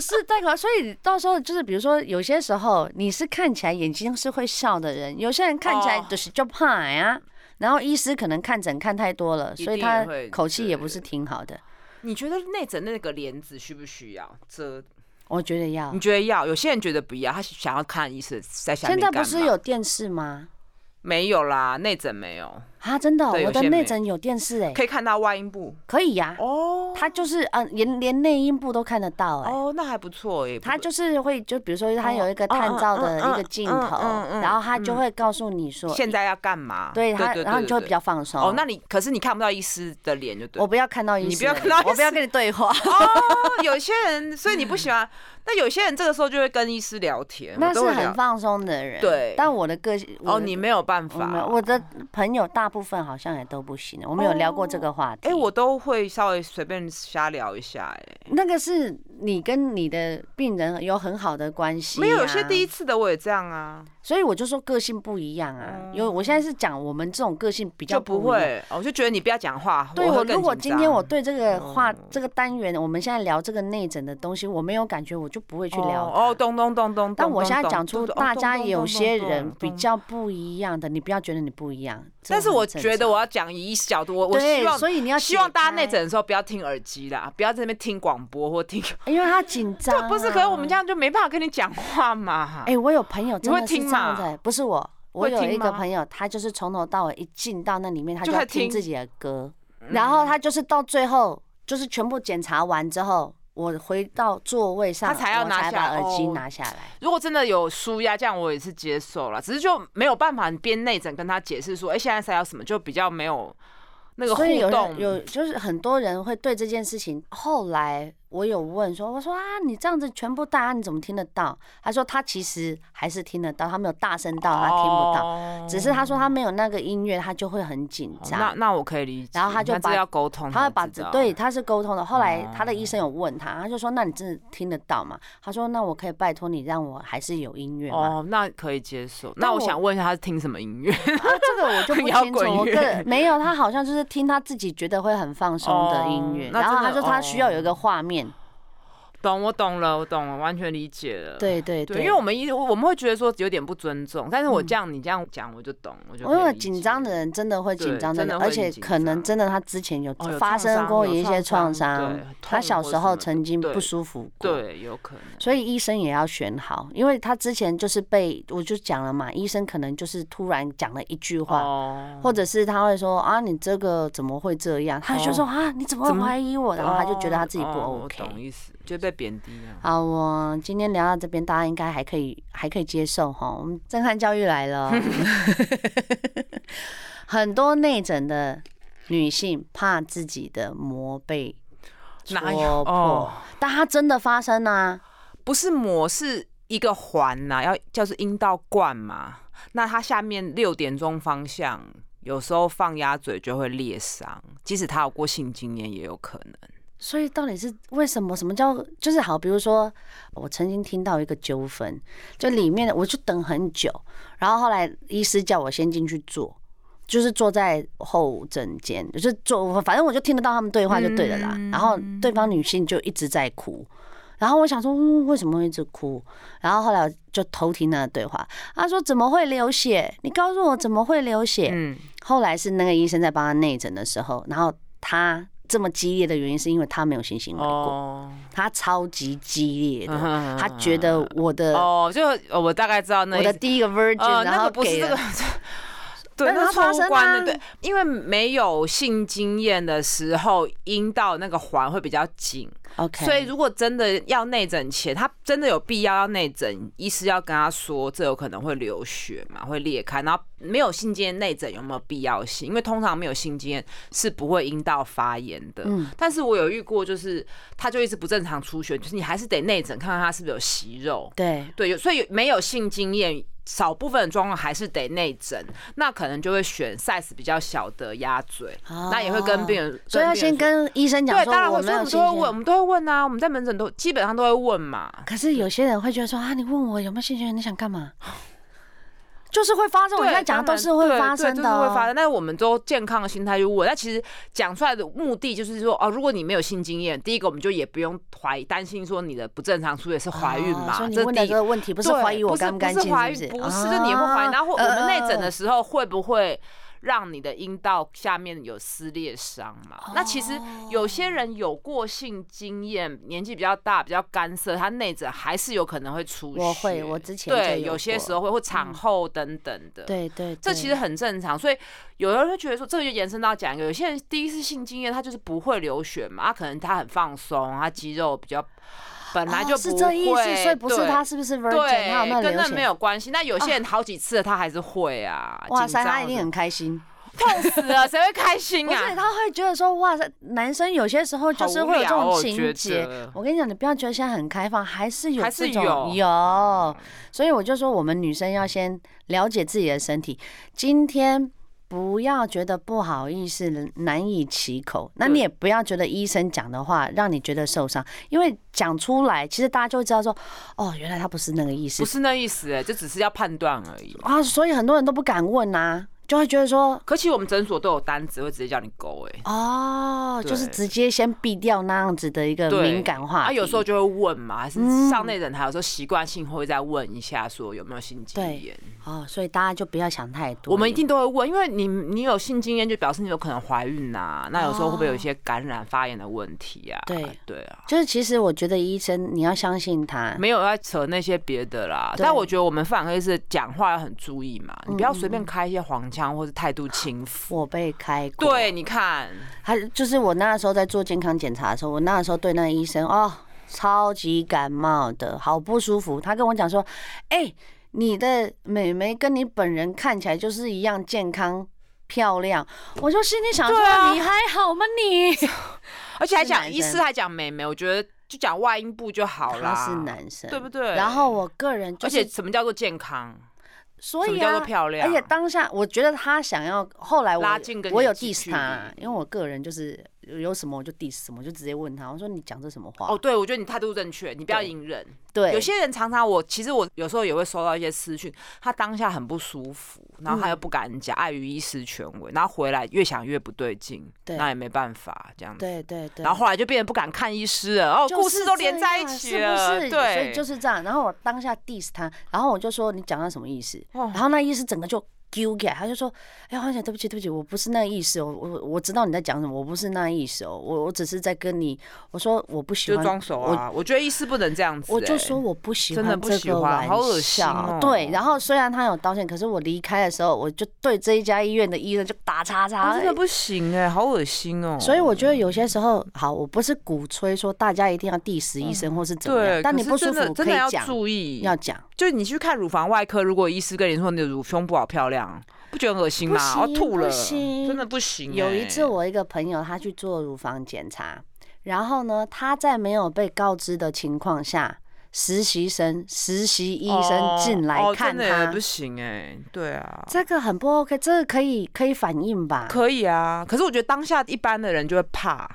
[SPEAKER 1] 是戴口罩，所以到时候就是比如说有些时候你是看起来眼睛是会笑的人，有些人看起来
[SPEAKER 2] 哦
[SPEAKER 1] 就是就怕呀、然后医师可能看诊看太多了，
[SPEAKER 2] 一定
[SPEAKER 1] 所以他
[SPEAKER 2] 也会
[SPEAKER 1] 口气也不是挺好的。
[SPEAKER 2] 你觉得内诊那个帘子需不需要遮？
[SPEAKER 1] 我觉得要
[SPEAKER 2] 你。觉得要？有些人觉得不要，他想要看医生在下面
[SPEAKER 1] 现在不
[SPEAKER 2] 干
[SPEAKER 1] 是
[SPEAKER 2] 嘛
[SPEAKER 1] 有电视吗？
[SPEAKER 2] 没有啦，内诊没有，
[SPEAKER 1] 啊，真的哦、
[SPEAKER 2] 对
[SPEAKER 1] 我
[SPEAKER 2] 有
[SPEAKER 1] 的
[SPEAKER 2] 些没
[SPEAKER 1] 内
[SPEAKER 2] 有
[SPEAKER 1] 诊有电视哎、
[SPEAKER 2] 可以看到外阴部
[SPEAKER 1] 可以呀、
[SPEAKER 2] 哦。
[SPEAKER 1] 他就是嗯、连连内阴部都看得到哎、
[SPEAKER 2] 哦，那还不错耶。
[SPEAKER 1] 他
[SPEAKER 2] 不
[SPEAKER 1] 就是会，就比如说，他有一个
[SPEAKER 2] 哦嗯
[SPEAKER 1] 探照的
[SPEAKER 2] 嗯
[SPEAKER 1] 一个
[SPEAKER 2] 嗯
[SPEAKER 1] 镜
[SPEAKER 2] 嗯
[SPEAKER 1] 头，
[SPEAKER 2] 嗯嗯
[SPEAKER 1] 然后他就
[SPEAKER 2] 嗯
[SPEAKER 1] 会告诉你说，
[SPEAKER 2] 现在要干嘛？
[SPEAKER 1] 对他，
[SPEAKER 2] 对
[SPEAKER 1] 然后你就会比。
[SPEAKER 2] 对对
[SPEAKER 1] 较放松。
[SPEAKER 2] 哦，那你可是你看不到医师的脸就对
[SPEAKER 1] 我
[SPEAKER 2] 了。
[SPEAKER 1] 不要看到医生，
[SPEAKER 2] 你不要看到医
[SPEAKER 1] 我不要
[SPEAKER 2] 生
[SPEAKER 1] 跟你对话。
[SPEAKER 2] 哦，有些人，所以你不喜欢。 那有些人这个时候就会跟医师聊天，
[SPEAKER 1] 那 是
[SPEAKER 2] 我都会
[SPEAKER 1] 很
[SPEAKER 2] 聊
[SPEAKER 1] 放松的人，
[SPEAKER 2] 对
[SPEAKER 1] 但我的个性，我
[SPEAKER 2] 哦，
[SPEAKER 1] 的
[SPEAKER 2] 你没有办
[SPEAKER 1] 我没
[SPEAKER 2] 法。
[SPEAKER 1] 有我的朋友大部分好像也都不行。我们有聊过这个话题。
[SPEAKER 2] 哎，哦我都会稍微随便瞎聊一下，哎，
[SPEAKER 1] 那个是你跟你的病人有很好的关系、
[SPEAKER 2] 没有有些第一
[SPEAKER 1] 一，
[SPEAKER 2] 次的我也这样啊，
[SPEAKER 1] 所以我就说个性不一样啊。
[SPEAKER 2] 嗯
[SPEAKER 1] 有，我现在是讲我们这种个性比较
[SPEAKER 2] 就不
[SPEAKER 1] 一样。
[SPEAKER 2] 会，哦我就觉得你不要讲话。
[SPEAKER 1] 对
[SPEAKER 2] 会
[SPEAKER 1] 我，
[SPEAKER 2] 更
[SPEAKER 1] 如果
[SPEAKER 2] 紧
[SPEAKER 1] 今天我
[SPEAKER 2] 张
[SPEAKER 1] 对这个话、
[SPEAKER 2] 哦
[SPEAKER 1] 这个单元，我们现在聊这个内诊的东西，我没有感觉，我就不会去聊它
[SPEAKER 2] 哦，哦咚咚咚咚。
[SPEAKER 1] 但
[SPEAKER 2] 咚
[SPEAKER 1] 我
[SPEAKER 2] 咚
[SPEAKER 1] 现在
[SPEAKER 2] 咚
[SPEAKER 1] 讲出
[SPEAKER 2] 咚咚
[SPEAKER 1] 大
[SPEAKER 2] 咚
[SPEAKER 1] 家
[SPEAKER 2] 咚
[SPEAKER 1] 有
[SPEAKER 2] 咚
[SPEAKER 1] 些
[SPEAKER 2] 咚
[SPEAKER 1] 人比
[SPEAKER 2] 咚
[SPEAKER 1] 较不一样的，你不要觉得你不一样。这
[SPEAKER 2] 但是
[SPEAKER 1] 很
[SPEAKER 2] 我
[SPEAKER 1] 正
[SPEAKER 2] 觉得
[SPEAKER 1] 常
[SPEAKER 2] 我要讲以医师角度，我我希
[SPEAKER 1] 对，
[SPEAKER 2] 望
[SPEAKER 1] 所以你要
[SPEAKER 2] 希望
[SPEAKER 1] 解
[SPEAKER 2] 大家内
[SPEAKER 1] 开，
[SPEAKER 2] 诊的时候不要听耳机啦，不要在那边听广播或听，
[SPEAKER 1] 因为他紧张啊、
[SPEAKER 2] 不是？可是我们这样就没办法跟你讲话 嘛。
[SPEAKER 1] 哎、我有朋友真
[SPEAKER 2] 会
[SPEAKER 1] 的是
[SPEAKER 2] 听
[SPEAKER 1] 这样子、
[SPEAKER 2] 吗
[SPEAKER 1] 欸，不是我，我
[SPEAKER 2] 会
[SPEAKER 1] 有
[SPEAKER 2] 听
[SPEAKER 1] 一个
[SPEAKER 2] 吗
[SPEAKER 1] 朋友，他就是从头到尾一进到那里面，他
[SPEAKER 2] 就
[SPEAKER 1] 要
[SPEAKER 2] 开始
[SPEAKER 1] 听
[SPEAKER 2] 听嗯
[SPEAKER 1] 自己的歌，然后他就是到最后，就是全部检查完之后。我回到座位上，
[SPEAKER 2] 他才要
[SPEAKER 1] 我
[SPEAKER 2] 拿
[SPEAKER 1] 才
[SPEAKER 2] 下
[SPEAKER 1] 把
[SPEAKER 2] 来
[SPEAKER 1] 耳机
[SPEAKER 2] 哦
[SPEAKER 1] 拿下来。
[SPEAKER 2] 如果真的有舒压，这样我也是接受了，只是就没有办法边内诊跟他解释说，哎、现在塞到什么，就比较没有那个互
[SPEAKER 1] 所以有人
[SPEAKER 2] 动。
[SPEAKER 1] 有就是很多人会对这件事情，后来我有问说，我说啊，你这样子全部大家你怎么听得到？他说他其实还是听得到，他没有大声啊到，他听不到，
[SPEAKER 2] 到
[SPEAKER 1] 只是他说他没有那个音乐，他就会很紧
[SPEAKER 2] 哦那
[SPEAKER 1] 张。
[SPEAKER 2] 那我可以理解，
[SPEAKER 1] 然后他就
[SPEAKER 2] 但这
[SPEAKER 1] 把
[SPEAKER 2] 要沟通才知道，
[SPEAKER 1] 他会把这对他是沟通的，后来他的医
[SPEAKER 2] 哦
[SPEAKER 1] 生有问他，他就说：“那你真的听得到吗？”他说：“那我可以拜托你让我还是有音乐吗
[SPEAKER 2] 哦，那可以接受。
[SPEAKER 1] 但
[SPEAKER 2] 那我
[SPEAKER 1] 我
[SPEAKER 2] 想问一下，他是听什么音乐？？”
[SPEAKER 1] 啊，这个我就不
[SPEAKER 2] 摇
[SPEAKER 1] 清楚。
[SPEAKER 2] 滚
[SPEAKER 1] 我
[SPEAKER 2] 乐
[SPEAKER 1] 个没有，他好像就是听他自己觉得会很放松的音乐
[SPEAKER 2] 哦，那
[SPEAKER 1] 然后
[SPEAKER 2] 真
[SPEAKER 1] 他
[SPEAKER 2] 的
[SPEAKER 1] 说他需要有一个
[SPEAKER 2] 哦
[SPEAKER 1] 画面，
[SPEAKER 2] 懂，我懂了，我懂了，完全理解了。
[SPEAKER 1] 对对
[SPEAKER 2] 对，因为我们一我们会觉得说有点不尊重，但是我这样、你这样讲，我就懂，我就
[SPEAKER 1] 因为
[SPEAKER 2] 可以理解
[SPEAKER 1] 紧张的人真的会紧
[SPEAKER 2] 对
[SPEAKER 1] 张，
[SPEAKER 2] 真的
[SPEAKER 1] 而
[SPEAKER 2] 会
[SPEAKER 1] 且
[SPEAKER 2] 紧
[SPEAKER 1] 可能
[SPEAKER 2] 张
[SPEAKER 1] 真的他之前有
[SPEAKER 2] 哦有
[SPEAKER 1] 发
[SPEAKER 2] 创
[SPEAKER 1] 生
[SPEAKER 2] 伤
[SPEAKER 1] 过
[SPEAKER 2] 有
[SPEAKER 1] 一些创
[SPEAKER 2] 创伤
[SPEAKER 1] 伤
[SPEAKER 2] 对，
[SPEAKER 1] 他
[SPEAKER 2] 痛
[SPEAKER 1] 小
[SPEAKER 2] 或
[SPEAKER 1] 时候
[SPEAKER 2] 什么的
[SPEAKER 1] 曾经不
[SPEAKER 2] 对
[SPEAKER 1] 舒服过。
[SPEAKER 2] 对，有可能。
[SPEAKER 1] 所以医生也要选好，因为他之前就是被我就讲了嘛，医生可能就是突然讲了一句话，
[SPEAKER 2] 哦
[SPEAKER 1] 或者是他会说啊，你这个怎么会这样？他就说、啊，你怎么
[SPEAKER 2] 哦怎
[SPEAKER 1] 会
[SPEAKER 2] 么
[SPEAKER 1] 怀疑我？然后他就觉得他自己不
[SPEAKER 2] 哦哦
[SPEAKER 1] OK。
[SPEAKER 2] 我懂意思，就被贬低了。
[SPEAKER 1] 好，我今天聊到这边，大家应该还可以还可以接受哈。我们震撼教育来了 哦，很多内诊的女性怕自己的膜被
[SPEAKER 2] 哪
[SPEAKER 1] 戳
[SPEAKER 2] 有？
[SPEAKER 1] 破
[SPEAKER 2] 哦，
[SPEAKER 1] 但它真的发生啊。
[SPEAKER 2] 不是膜，是一个环呐、要叫做阴道冠嘛。那它下面六点钟方向，有时候放鸭嘴就会裂伤，即使他有过性经验，也有可能。
[SPEAKER 1] 所以到底是为什么？什么叫就是好？比如说，我曾经听到一个纠纷，就里面的我就等很久，然后后来医师叫我先进去坐，就是坐在后诊间，就是坐，反正我就听得到他们对话就对了啦。然后对方女性就一直在哭，然后我想说、嗯为什么会一直哭？然后后来我就偷听她的对话，她说怎么会流血？你告诉我怎么会流血？
[SPEAKER 2] 嗯，
[SPEAKER 1] 后来是那个医生在帮他内诊的时候，然后他这么激烈的原因是因为他没有性行为过，
[SPEAKER 2] 哦，嗯
[SPEAKER 1] 他超级激烈的，他
[SPEAKER 2] 他
[SPEAKER 1] 觉得我的
[SPEAKER 2] 哦，就哦我大概知道那
[SPEAKER 1] 我
[SPEAKER 2] 意
[SPEAKER 1] 的
[SPEAKER 2] 思
[SPEAKER 1] 第一个
[SPEAKER 2] 呃，
[SPEAKER 1] virgin，然
[SPEAKER 2] 那
[SPEAKER 1] 后
[SPEAKER 2] 个不是
[SPEAKER 1] 给
[SPEAKER 2] 这个。
[SPEAKER 1] 了，
[SPEAKER 2] 对，
[SPEAKER 1] 但
[SPEAKER 2] 那
[SPEAKER 1] 它发
[SPEAKER 2] 错
[SPEAKER 1] 生
[SPEAKER 2] 误观
[SPEAKER 1] 啊
[SPEAKER 2] 的，对，因为没有性经验的时候，阴道那个环会比较紧，
[SPEAKER 1] OK，
[SPEAKER 2] 所以如果真的要内诊前，他真的有必要要内诊，医师要跟他说这有可能会流血嘛，会裂开，然后没有性经验内诊有没有必要性？因为通常没有性经验是不会阴道发炎的。
[SPEAKER 1] 嗯
[SPEAKER 2] 但是我有遇过，就是他就一直不正常出血，就是你还是得内诊看看他是不是有息肉。
[SPEAKER 1] 对
[SPEAKER 2] 对，有所以有没有性经验，少部分的状况还是得内诊，那可能就会选 size 比较小的鸭嘴，
[SPEAKER 1] 哦
[SPEAKER 2] 那也会跟病人，
[SPEAKER 1] 所以要
[SPEAKER 2] 病人
[SPEAKER 1] 先跟医生
[SPEAKER 2] 说
[SPEAKER 1] 讲
[SPEAKER 2] 对，
[SPEAKER 1] 说
[SPEAKER 2] 当然
[SPEAKER 1] 我
[SPEAKER 2] 会，
[SPEAKER 1] 没
[SPEAKER 2] 所以我
[SPEAKER 1] 有
[SPEAKER 2] 们
[SPEAKER 1] 性
[SPEAKER 2] 都会
[SPEAKER 1] 行为。
[SPEAKER 2] 问，我们都会问啊，我们在门诊都基本上都会问嘛，
[SPEAKER 1] 可是有些人会觉得说啊，你问我有没有性行为，你想干嘛？就是会发生，我
[SPEAKER 2] 对
[SPEAKER 1] 现哦在讲的
[SPEAKER 2] 当
[SPEAKER 1] 都
[SPEAKER 2] 然
[SPEAKER 1] 是会
[SPEAKER 2] 对
[SPEAKER 1] 发
[SPEAKER 2] 对
[SPEAKER 1] 生的
[SPEAKER 2] 就是
[SPEAKER 1] 哦、
[SPEAKER 2] 会发生。但是我们都健康的心态去问，那其实讲出来的目的就是说，哦，如果你没有性经验，第一个我们就也不用怀疑担心说你的不正常出血是怀孕
[SPEAKER 1] 哦
[SPEAKER 2] 嘛，
[SPEAKER 1] 所以你
[SPEAKER 2] 这
[SPEAKER 1] 问
[SPEAKER 2] 第
[SPEAKER 1] 的
[SPEAKER 2] 一
[SPEAKER 1] 这个问题不是
[SPEAKER 2] 对
[SPEAKER 1] 怀疑我干
[SPEAKER 2] 不
[SPEAKER 1] 干净，
[SPEAKER 2] 是怀疑
[SPEAKER 1] 是
[SPEAKER 2] 不是，就你有没有怀疑？然后或我
[SPEAKER 1] 呃
[SPEAKER 2] 们内诊
[SPEAKER 1] 呃
[SPEAKER 2] 的时候会不会让你的阴道下面有撕裂伤嘛？那其实有些
[SPEAKER 1] 哦
[SPEAKER 2] 人有过性经验，年纪比较大、比较干涩，他内诊还是有可能会出血。
[SPEAKER 1] 我会我之前
[SPEAKER 2] 对
[SPEAKER 1] 就有
[SPEAKER 2] 有些
[SPEAKER 1] 过嗯
[SPEAKER 2] 时候会或产后等等的。。
[SPEAKER 1] 对对，
[SPEAKER 2] 这其
[SPEAKER 1] 对
[SPEAKER 2] 实很正常，所以有人会觉得说，这个就延伸到讲一个，有些人第一次性经验他就是不会流血嘛，啊他可能他很放松，他肌肉比较本来
[SPEAKER 1] 哦
[SPEAKER 2] 就不
[SPEAKER 1] 是
[SPEAKER 2] 会，
[SPEAKER 1] 这意思，所以不是
[SPEAKER 2] 对
[SPEAKER 1] 他是不是 virgin，他有没有
[SPEAKER 2] 对，跟
[SPEAKER 1] 流
[SPEAKER 2] 那
[SPEAKER 1] 血？
[SPEAKER 2] 没有关系。那有些人好几次了他还是会啊，
[SPEAKER 1] 哇塞，
[SPEAKER 2] 紧张嗯
[SPEAKER 1] 他一定很开心。
[SPEAKER 2] 痛死了， 谁会开心
[SPEAKER 1] 不是，
[SPEAKER 2] 啊？
[SPEAKER 1] 他会觉得说，哇塞，男生有些时候就
[SPEAKER 2] 好
[SPEAKER 1] 是
[SPEAKER 2] 无
[SPEAKER 1] 会有这
[SPEAKER 2] 聊
[SPEAKER 1] 种
[SPEAKER 2] 哦
[SPEAKER 1] 情
[SPEAKER 2] 觉
[SPEAKER 1] 节
[SPEAKER 2] 得。
[SPEAKER 1] 我跟你讲，你不要觉得现在很开放，还是有
[SPEAKER 2] 还
[SPEAKER 1] 这
[SPEAKER 2] 是
[SPEAKER 1] 种
[SPEAKER 2] 有
[SPEAKER 1] 有。所以我就说，我们女生要先了解自己的身体。今天。不要觉得不好意思、难以其口，那你
[SPEAKER 2] 对
[SPEAKER 1] 也不要觉得医生讲的话让你觉得受伤，因为讲出来，其实大家就会知道说，哦，原来他不是那个意思
[SPEAKER 2] 不，是那意思、哎，就只是要判断而已。
[SPEAKER 1] 啊，所以很多人都不敢问啊，就会觉得说，
[SPEAKER 2] 可其实我们诊所都有单子，会直接叫你勾、哎。
[SPEAKER 1] 哦，就是
[SPEAKER 2] 对
[SPEAKER 1] 直接先避掉那样子的一个
[SPEAKER 2] 对
[SPEAKER 1] 敏感话
[SPEAKER 2] 啊，
[SPEAKER 1] 题
[SPEAKER 2] 有时候就会问嘛，还是
[SPEAKER 1] 嗯
[SPEAKER 2] 上内人，还有时候习惯性会再问一下，说有没有性经
[SPEAKER 1] 对
[SPEAKER 2] 验。
[SPEAKER 1] 哦，所以大家就不要想太多。
[SPEAKER 2] 我们一定都会问，因为你你有性经验，就表示你有可能怀孕呐、那有时候会不会有一些感染发炎的问题啊？
[SPEAKER 1] 啊对
[SPEAKER 2] 对啊，
[SPEAKER 1] 就是其实我觉得医生你要相信他，
[SPEAKER 2] 没有要扯那些别的啦。
[SPEAKER 1] 对
[SPEAKER 2] 但我觉得我们妇科医师讲话要很注意嘛，你不要随便开一些黄腔或是态度轻浮。
[SPEAKER 1] 嗯我被开过，
[SPEAKER 2] 对，，你看，
[SPEAKER 1] 他就是我那时候在做健康检查的时候，我那时候对那个医生哦，超级感冒的，好不舒服。他跟我讲说，哎、你的妹妹跟你本人看起来就是一样健康。漂亮，我就心里想说
[SPEAKER 2] 对：“啊
[SPEAKER 1] 你还好吗你？”
[SPEAKER 2] 而且还
[SPEAKER 1] 是
[SPEAKER 2] 讲
[SPEAKER 1] 男
[SPEAKER 2] 医师
[SPEAKER 1] 生
[SPEAKER 2] 还讲妹妹，我觉得就讲外阴部就好啦。
[SPEAKER 1] 他是男生，
[SPEAKER 2] 对不对
[SPEAKER 1] 然后我个人就
[SPEAKER 2] 而
[SPEAKER 1] 是，
[SPEAKER 2] 且什么叫做健康？
[SPEAKER 1] 所
[SPEAKER 2] 什
[SPEAKER 1] 以
[SPEAKER 2] 么叫
[SPEAKER 1] 啊
[SPEAKER 2] 做，漂亮？
[SPEAKER 1] 而且当下我觉得他想要，后来我
[SPEAKER 2] 拉近跟你
[SPEAKER 1] 我有
[SPEAKER 2] 的近
[SPEAKER 1] diss
[SPEAKER 2] 距
[SPEAKER 1] 他，
[SPEAKER 2] 离
[SPEAKER 1] 因为我个人就是有什么我就 diss 什么，我就直接问他，我说你讲这什么话？
[SPEAKER 2] 哦，对，我觉得你态度正确，你不要
[SPEAKER 1] 对
[SPEAKER 2] 隐忍。
[SPEAKER 1] 对，
[SPEAKER 2] 有些人常常我其实我有时候也会收到一些私讯，他当下很不舒服，然后
[SPEAKER 1] 嗯
[SPEAKER 2] 他又不敢讲，碍于医师权威，然后回来越想越不对劲，
[SPEAKER 1] 对
[SPEAKER 2] 那也没办法这样子。
[SPEAKER 1] 对对对，
[SPEAKER 2] 然后后来就变得不敢看医师了，哦，
[SPEAKER 1] 就是
[SPEAKER 2] 故事都连在一起
[SPEAKER 1] 这样
[SPEAKER 2] 了，
[SPEAKER 1] 啊是不是？所
[SPEAKER 2] 对，
[SPEAKER 1] 以就是这样。然后我当下 diss 他，然后我就说你讲他什么意思？
[SPEAKER 2] 哦
[SPEAKER 1] 然后那医师整个就揪起来，他就说：“哎、黄姐，对不起，对不起，我不是那意思哦，我我我知道你在讲什么，我不是那意思哦，我我只是在跟你，我说我不喜
[SPEAKER 2] 就
[SPEAKER 1] 欢，
[SPEAKER 2] 装熟啊。我觉得医师不能这样子、
[SPEAKER 1] 我就
[SPEAKER 2] 欸
[SPEAKER 1] 说我不喜
[SPEAKER 2] 真的
[SPEAKER 1] 欢
[SPEAKER 2] 不
[SPEAKER 1] 这
[SPEAKER 2] 喜
[SPEAKER 1] 个
[SPEAKER 2] 欢
[SPEAKER 1] 玩
[SPEAKER 2] 好恶心
[SPEAKER 1] 笑。
[SPEAKER 2] 哦
[SPEAKER 1] 对，然后虽然他有道歉，可是我离开的时候，我就对这一家医院的医生就打叉叉、欸
[SPEAKER 2] 啊真的不行哎、好恶心哦、
[SPEAKER 1] 所以我觉得有些时候，好，我不是鼓吹说大家一定要 diss 医生或是怎么样，
[SPEAKER 2] 嗯对，
[SPEAKER 1] 但你
[SPEAKER 2] 可是
[SPEAKER 1] 不舒
[SPEAKER 2] 真的
[SPEAKER 1] 服
[SPEAKER 2] 真
[SPEAKER 1] 可
[SPEAKER 2] 的
[SPEAKER 1] 以
[SPEAKER 2] 要
[SPEAKER 1] 讲，
[SPEAKER 2] 注意，
[SPEAKER 1] 要讲。
[SPEAKER 2] 就你去看乳房外科，如果医师跟你说你的乳胸部好漂亮，不觉得很恶心吗？
[SPEAKER 1] 不
[SPEAKER 2] 我、
[SPEAKER 1] 行
[SPEAKER 2] 吐了，
[SPEAKER 1] 不行
[SPEAKER 2] 真的不行欸、
[SPEAKER 1] 有一次，我一个朋友他去做乳房检查，然后呢，他在没有被告知的情况下，实习生、实习医生进来看
[SPEAKER 2] 哦哦真的
[SPEAKER 1] 他，
[SPEAKER 2] 也不行哎、对啊。
[SPEAKER 1] 这个很不 OK，这个可以可以反映吧？
[SPEAKER 2] 可以啊，可是我觉得当下一般的人就会怕，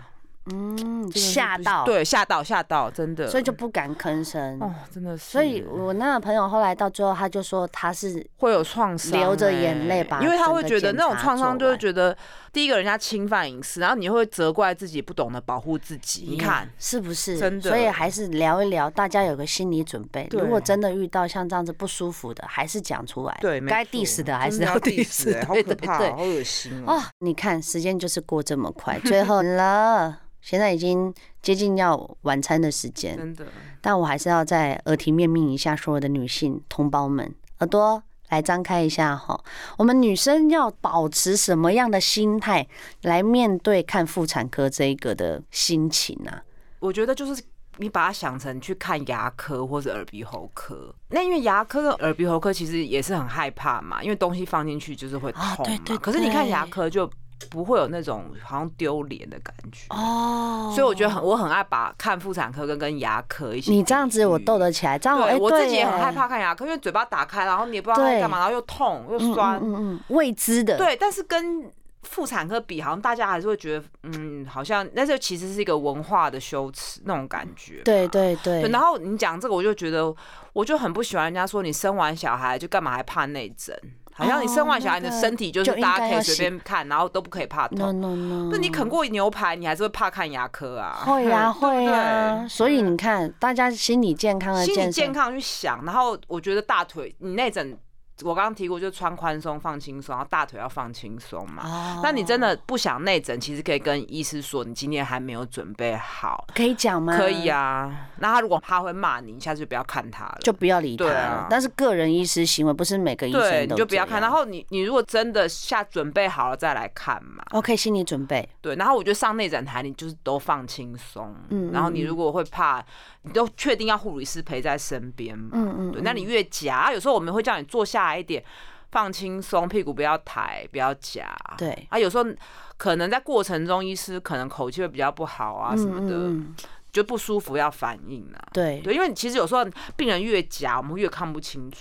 [SPEAKER 1] 嗯，
[SPEAKER 2] 这个是
[SPEAKER 1] 吓
[SPEAKER 2] 不行
[SPEAKER 1] 到，
[SPEAKER 2] 对，吓到，吓到，真的，
[SPEAKER 1] 所以就不敢吭声。
[SPEAKER 2] 哦，真的是，
[SPEAKER 1] 所以我那个朋友后来到最后，他就说他是
[SPEAKER 2] 会有创伤欸、
[SPEAKER 1] 流着眼泪把
[SPEAKER 2] 因为他会觉得
[SPEAKER 1] 整个
[SPEAKER 2] 那种创
[SPEAKER 1] 检查
[SPEAKER 2] 伤
[SPEAKER 1] 做
[SPEAKER 2] 就会
[SPEAKER 1] 完
[SPEAKER 2] 觉得，第一个人家侵犯隐私，然后你会责怪自己不懂得保护自己，你看
[SPEAKER 1] Yeah，是不是？
[SPEAKER 2] 真的
[SPEAKER 1] 所以还是聊一聊，大家有个心理准备。
[SPEAKER 2] 对
[SPEAKER 1] 如果真的遇到像这样子不舒服的，还是讲出来。
[SPEAKER 2] 对，没
[SPEAKER 1] 该
[SPEAKER 2] 错
[SPEAKER 1] diss 的还
[SPEAKER 2] 真
[SPEAKER 1] 是要 diss，
[SPEAKER 2] diss，欸好
[SPEAKER 1] 对
[SPEAKER 2] 可
[SPEAKER 1] 对
[SPEAKER 2] 怕
[SPEAKER 1] 对
[SPEAKER 2] 哦，好恶心哦。
[SPEAKER 1] 哦，你看时间就是过这么快，最后 了，现在已经接近要晚餐的时 间，
[SPEAKER 2] 真的，
[SPEAKER 1] 但我还是要再耳提面命一下所有的女性同胞们，耳朵。来张开一下哈，我们女生要保持什么样的心态来面对看妇产科这一个的心情啊？
[SPEAKER 2] 我觉得就是你把它想成去看牙科或者耳鼻喉科，那因为牙科跟耳鼻喉科其实也是很害怕嘛，因为东西放进去就是会痛嘛。
[SPEAKER 1] 啊对对
[SPEAKER 2] 可是你看牙
[SPEAKER 1] 对
[SPEAKER 2] 科就不会有那种好像丢脸的感觉。
[SPEAKER 1] 哦
[SPEAKER 2] 所以我觉得很，我很爱把看妇产科跟跟牙科一起。
[SPEAKER 1] 你这样子我逗。得起来，这样
[SPEAKER 2] 对，
[SPEAKER 1] 哎
[SPEAKER 2] 我自己也
[SPEAKER 1] 耶
[SPEAKER 2] 很害怕看牙科，因为嘴巴打开，然后你也不知道它在
[SPEAKER 1] 对
[SPEAKER 2] 干嘛，然后又痛又
[SPEAKER 1] 嗯
[SPEAKER 2] 酸。
[SPEAKER 1] 嗯嗯嗯，未知的，
[SPEAKER 2] 对，但是跟妇产科比，好像大家还是会觉得，嗯，好像那就其实是一个文化的羞耻那种感觉吧。
[SPEAKER 1] 对对对
[SPEAKER 2] 对，然后你讲这个，我就觉得，我就很不喜欢人家说你生完小孩就干嘛还怕内诊，好像你
[SPEAKER 1] 哦
[SPEAKER 2] 生完小
[SPEAKER 1] 那
[SPEAKER 2] 孩，你的
[SPEAKER 1] 个
[SPEAKER 2] 身体就是
[SPEAKER 1] 就应该
[SPEAKER 2] 大家可以
[SPEAKER 1] 要
[SPEAKER 2] 随
[SPEAKER 1] 洗
[SPEAKER 2] 便看，然后都不可以怕
[SPEAKER 1] n o
[SPEAKER 2] 痛。
[SPEAKER 1] no no，
[SPEAKER 2] 那你啃过牛排，你还是会怕看牙科啊？
[SPEAKER 1] 嗯会 呀会嗯
[SPEAKER 2] 呀
[SPEAKER 1] 呀，，所以你看，大家心理健康的
[SPEAKER 2] 心理
[SPEAKER 1] 健
[SPEAKER 2] 健
[SPEAKER 1] 身，
[SPEAKER 2] 康去想，然后我觉得大腿你内诊，我刚刚提过，就穿宽松放轻松，然后大腿要放轻松嘛。
[SPEAKER 1] 哦
[SPEAKER 2] 那你真的不想内诊，其实可以跟医师说你今天还没有准备好，
[SPEAKER 1] 可以讲吗？
[SPEAKER 2] 可以，啊。那他如果他会骂你，你下次就不要看他了。
[SPEAKER 1] 嗯就不要理他
[SPEAKER 2] 对啊
[SPEAKER 1] 了。但是个人医师行为不是每个医生
[SPEAKER 2] 对，你
[SPEAKER 1] 都
[SPEAKER 2] 就不要看。
[SPEAKER 1] 这样
[SPEAKER 2] 然后你你如果真的下准备好了再来看嘛，
[SPEAKER 1] OK 心理准备，
[SPEAKER 2] 对。然后我觉得上内展台你就是都放轻松，
[SPEAKER 1] 嗯嗯
[SPEAKER 2] 然后你如果会怕，你都确定要护理师陪在身边嘛，
[SPEAKER 1] 嗯嗯
[SPEAKER 2] 对。那你越夹，啊有时候我们会叫你坐下来一点，放轻松，屁股不要抬，不要夹。
[SPEAKER 1] 对，
[SPEAKER 2] 啊，有时候可能在过程中，医师可能口气会比较不好啊什么的，
[SPEAKER 1] 嗯嗯嗯
[SPEAKER 2] 就不舒服要反应啊。
[SPEAKER 1] 对
[SPEAKER 2] 对，因为其实有时候病人越夹，我们越看不清楚。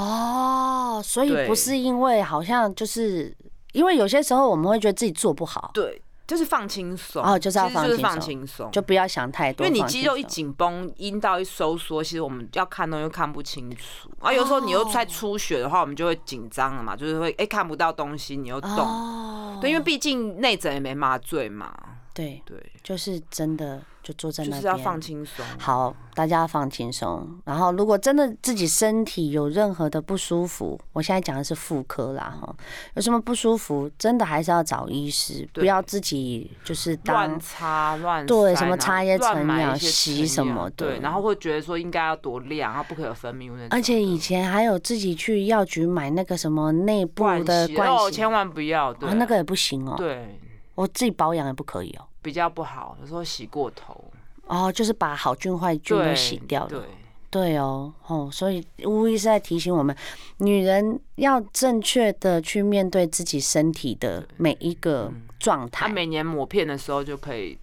[SPEAKER 1] 哦，所以
[SPEAKER 2] 对
[SPEAKER 1] 不是因为好像就是因为有些时候我们会觉得自己做不好，
[SPEAKER 2] 对，就是放轻松。
[SPEAKER 1] 哦就是要
[SPEAKER 2] 其实就是
[SPEAKER 1] 放
[SPEAKER 2] 放
[SPEAKER 1] 轻松
[SPEAKER 2] 轻松，
[SPEAKER 1] 就不要想太
[SPEAKER 2] 因
[SPEAKER 1] 多，
[SPEAKER 2] 为你
[SPEAKER 1] 放
[SPEAKER 2] 肌
[SPEAKER 1] 轻
[SPEAKER 2] 肉一
[SPEAKER 1] 松
[SPEAKER 2] 紧绷，阴道一收缩，其实我们要看东西看不清楚。
[SPEAKER 1] 哦
[SPEAKER 2] 啊，有时候你又在出血的话，我们就会紧张了嘛，就是会哎、看不到东西，你又动。
[SPEAKER 1] 哦，
[SPEAKER 2] 对，因为毕竟内诊也没麻醉嘛，
[SPEAKER 1] 对，
[SPEAKER 2] 对，
[SPEAKER 1] 就是真的就坐在
[SPEAKER 2] 就
[SPEAKER 1] 那
[SPEAKER 2] 是
[SPEAKER 1] 边，
[SPEAKER 2] 要放轻松。
[SPEAKER 1] 好，大家要放轻松。然后，如果真的自己身体有任何的不舒服，我现在讲的是妇科啦，哈，有什么不舒服，真的还是要找医师，
[SPEAKER 2] 对
[SPEAKER 1] 不要自己就是
[SPEAKER 2] 乱
[SPEAKER 1] 当
[SPEAKER 2] 擦乱
[SPEAKER 1] 对
[SPEAKER 2] 塞
[SPEAKER 1] 什么
[SPEAKER 2] 然后
[SPEAKER 1] 擦一些
[SPEAKER 2] 乱
[SPEAKER 1] 成
[SPEAKER 2] 买
[SPEAKER 1] 药
[SPEAKER 2] 一些
[SPEAKER 1] 洗
[SPEAKER 2] 成
[SPEAKER 1] 什
[SPEAKER 2] 药
[SPEAKER 1] 么的
[SPEAKER 2] 对，然后会觉得说应该要多量，然后不可有分泌物那种。
[SPEAKER 1] 而且以前还有自己去药局买那个什么内部
[SPEAKER 2] 灌
[SPEAKER 1] 的
[SPEAKER 2] 洗
[SPEAKER 1] 灌
[SPEAKER 2] 哦，
[SPEAKER 1] 洗，
[SPEAKER 2] 千万不要，对，
[SPEAKER 1] 啊，那个也不行哦，
[SPEAKER 2] 对
[SPEAKER 1] 我自己保养也不可以哦，
[SPEAKER 2] 比较不好，有时候洗过头，
[SPEAKER 1] 哦，就是把好菌坏菌
[SPEAKER 2] 对，
[SPEAKER 1] 都洗掉了
[SPEAKER 2] 对。，
[SPEAKER 1] 对哦，哦，所以无疑是在提醒我们，女人要正确的去面对自己身体的每一个状
[SPEAKER 2] 他
[SPEAKER 1] 态。
[SPEAKER 2] 每年抹片的时候就可以，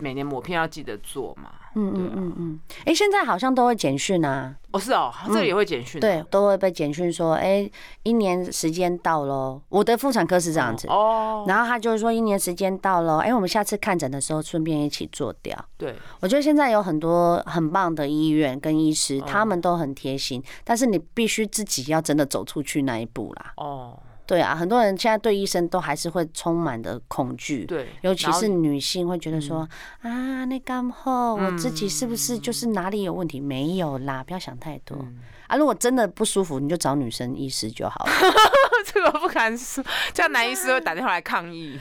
[SPEAKER 2] 每年抹片要记得做嘛，
[SPEAKER 1] 嗯嗯嗯嗯，哎、现在好像都会简讯啊，
[SPEAKER 2] 哦，是哦，这里也会简讯、
[SPEAKER 1] 对，都会被简讯说，哎、一年时间到喽。我的妇产科是这样子，
[SPEAKER 2] 哦，
[SPEAKER 1] 然后他就会说一年时间到喽，哎、我们下次看诊的时候顺便一起做掉。
[SPEAKER 2] 对，
[SPEAKER 1] 我觉得现在有很多很棒的医院跟医师，
[SPEAKER 2] 哦
[SPEAKER 1] 他们都很贴心，但是你必须自己要真的走出去那一步啦。
[SPEAKER 2] 哦，
[SPEAKER 1] 对啊，很多人现在对医生都还是会充满的恐惧。
[SPEAKER 2] 对，
[SPEAKER 1] 尤其
[SPEAKER 2] 然后嗯
[SPEAKER 1] 是女性会觉得说、啊，那干后我自己是不是就是哪里有问题？没有啦，不要想太多、
[SPEAKER 2] 嗯
[SPEAKER 1] 啊。如果真的不舒服，你就找女生医师就好了。
[SPEAKER 2] 这个不敢说，这样男医师会打电话来抗议，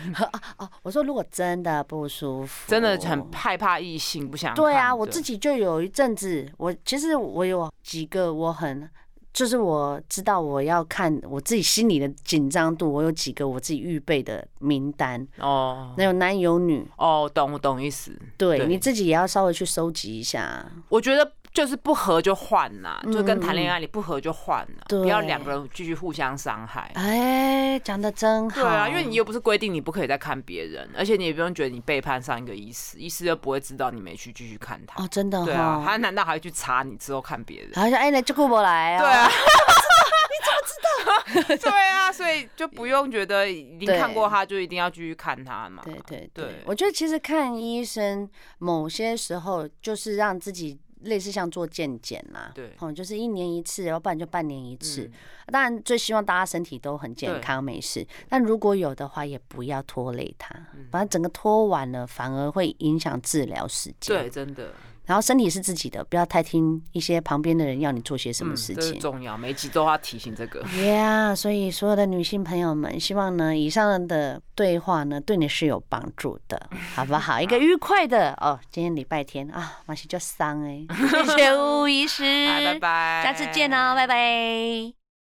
[SPEAKER 1] 哦，我说如果真的不舒服，
[SPEAKER 2] 真的很害怕异性，不想看。
[SPEAKER 1] 对啊，我自
[SPEAKER 2] 己
[SPEAKER 1] 己就有一阵子，我其实我有几个我很，就是我知道我要看我自己心里的紧张度，我有几个我自己预备的名单，
[SPEAKER 2] 哦
[SPEAKER 1] 那有男有女，
[SPEAKER 2] 哦，懂我懂意思。
[SPEAKER 1] 对
[SPEAKER 2] 对
[SPEAKER 1] 你自己也要稍微去收集一下。
[SPEAKER 2] 我觉得就是不合就换啦，
[SPEAKER 1] 嗯
[SPEAKER 2] 就跟谈恋爱你不合就换了，
[SPEAKER 1] 对
[SPEAKER 2] 不要两个人继续互相伤害。
[SPEAKER 1] 哎，讲的真好。
[SPEAKER 2] 对啊，因为你又不是规定你不可以再看别人，而且你也不用觉得你背叛上一个医师，医师又不会知道你没去继续看他。
[SPEAKER 1] 哦，真的
[SPEAKER 2] 对啊，
[SPEAKER 1] 哈，
[SPEAKER 2] 他难道还会去查你之后看别人？
[SPEAKER 1] 好像哎，那就顾不来哦。
[SPEAKER 2] 对啊，你怎么知 道？对啊，所以就不用觉得已经
[SPEAKER 1] 对
[SPEAKER 2] 看过他就一定要继续看他嘛。
[SPEAKER 1] 对对对
[SPEAKER 2] 对，
[SPEAKER 1] 我觉得其实看医生某些时候就是让自己类似像做健检啦，
[SPEAKER 2] 对
[SPEAKER 1] 哦，就是一年一次，要不然就半年一次
[SPEAKER 2] 嗯。
[SPEAKER 1] 当然最希望大家身体都很健
[SPEAKER 2] 对
[SPEAKER 1] 康没事，但如果有的话也不要拖累它，
[SPEAKER 2] 嗯
[SPEAKER 1] 把它整个拖完了反而会影响治疗时间。
[SPEAKER 2] 对，，真的，
[SPEAKER 1] 然后身体是自己的，不要太听一些旁边的人要你做些什么
[SPEAKER 2] 嗯
[SPEAKER 1] 事
[SPEAKER 2] 这是
[SPEAKER 1] 情。
[SPEAKER 2] 重要，每一集都要提醒这个。
[SPEAKER 1] Yeah，所以所有的女性朋友们，希望呢以上的对话呢对你是有帮助 的，好不好？一个愉快的哦，今天礼拜天啊， 马上就伤哎，谢谢吴医师，
[SPEAKER 2] 嗯好拜拜，
[SPEAKER 1] 哦下次见哦，拜拜。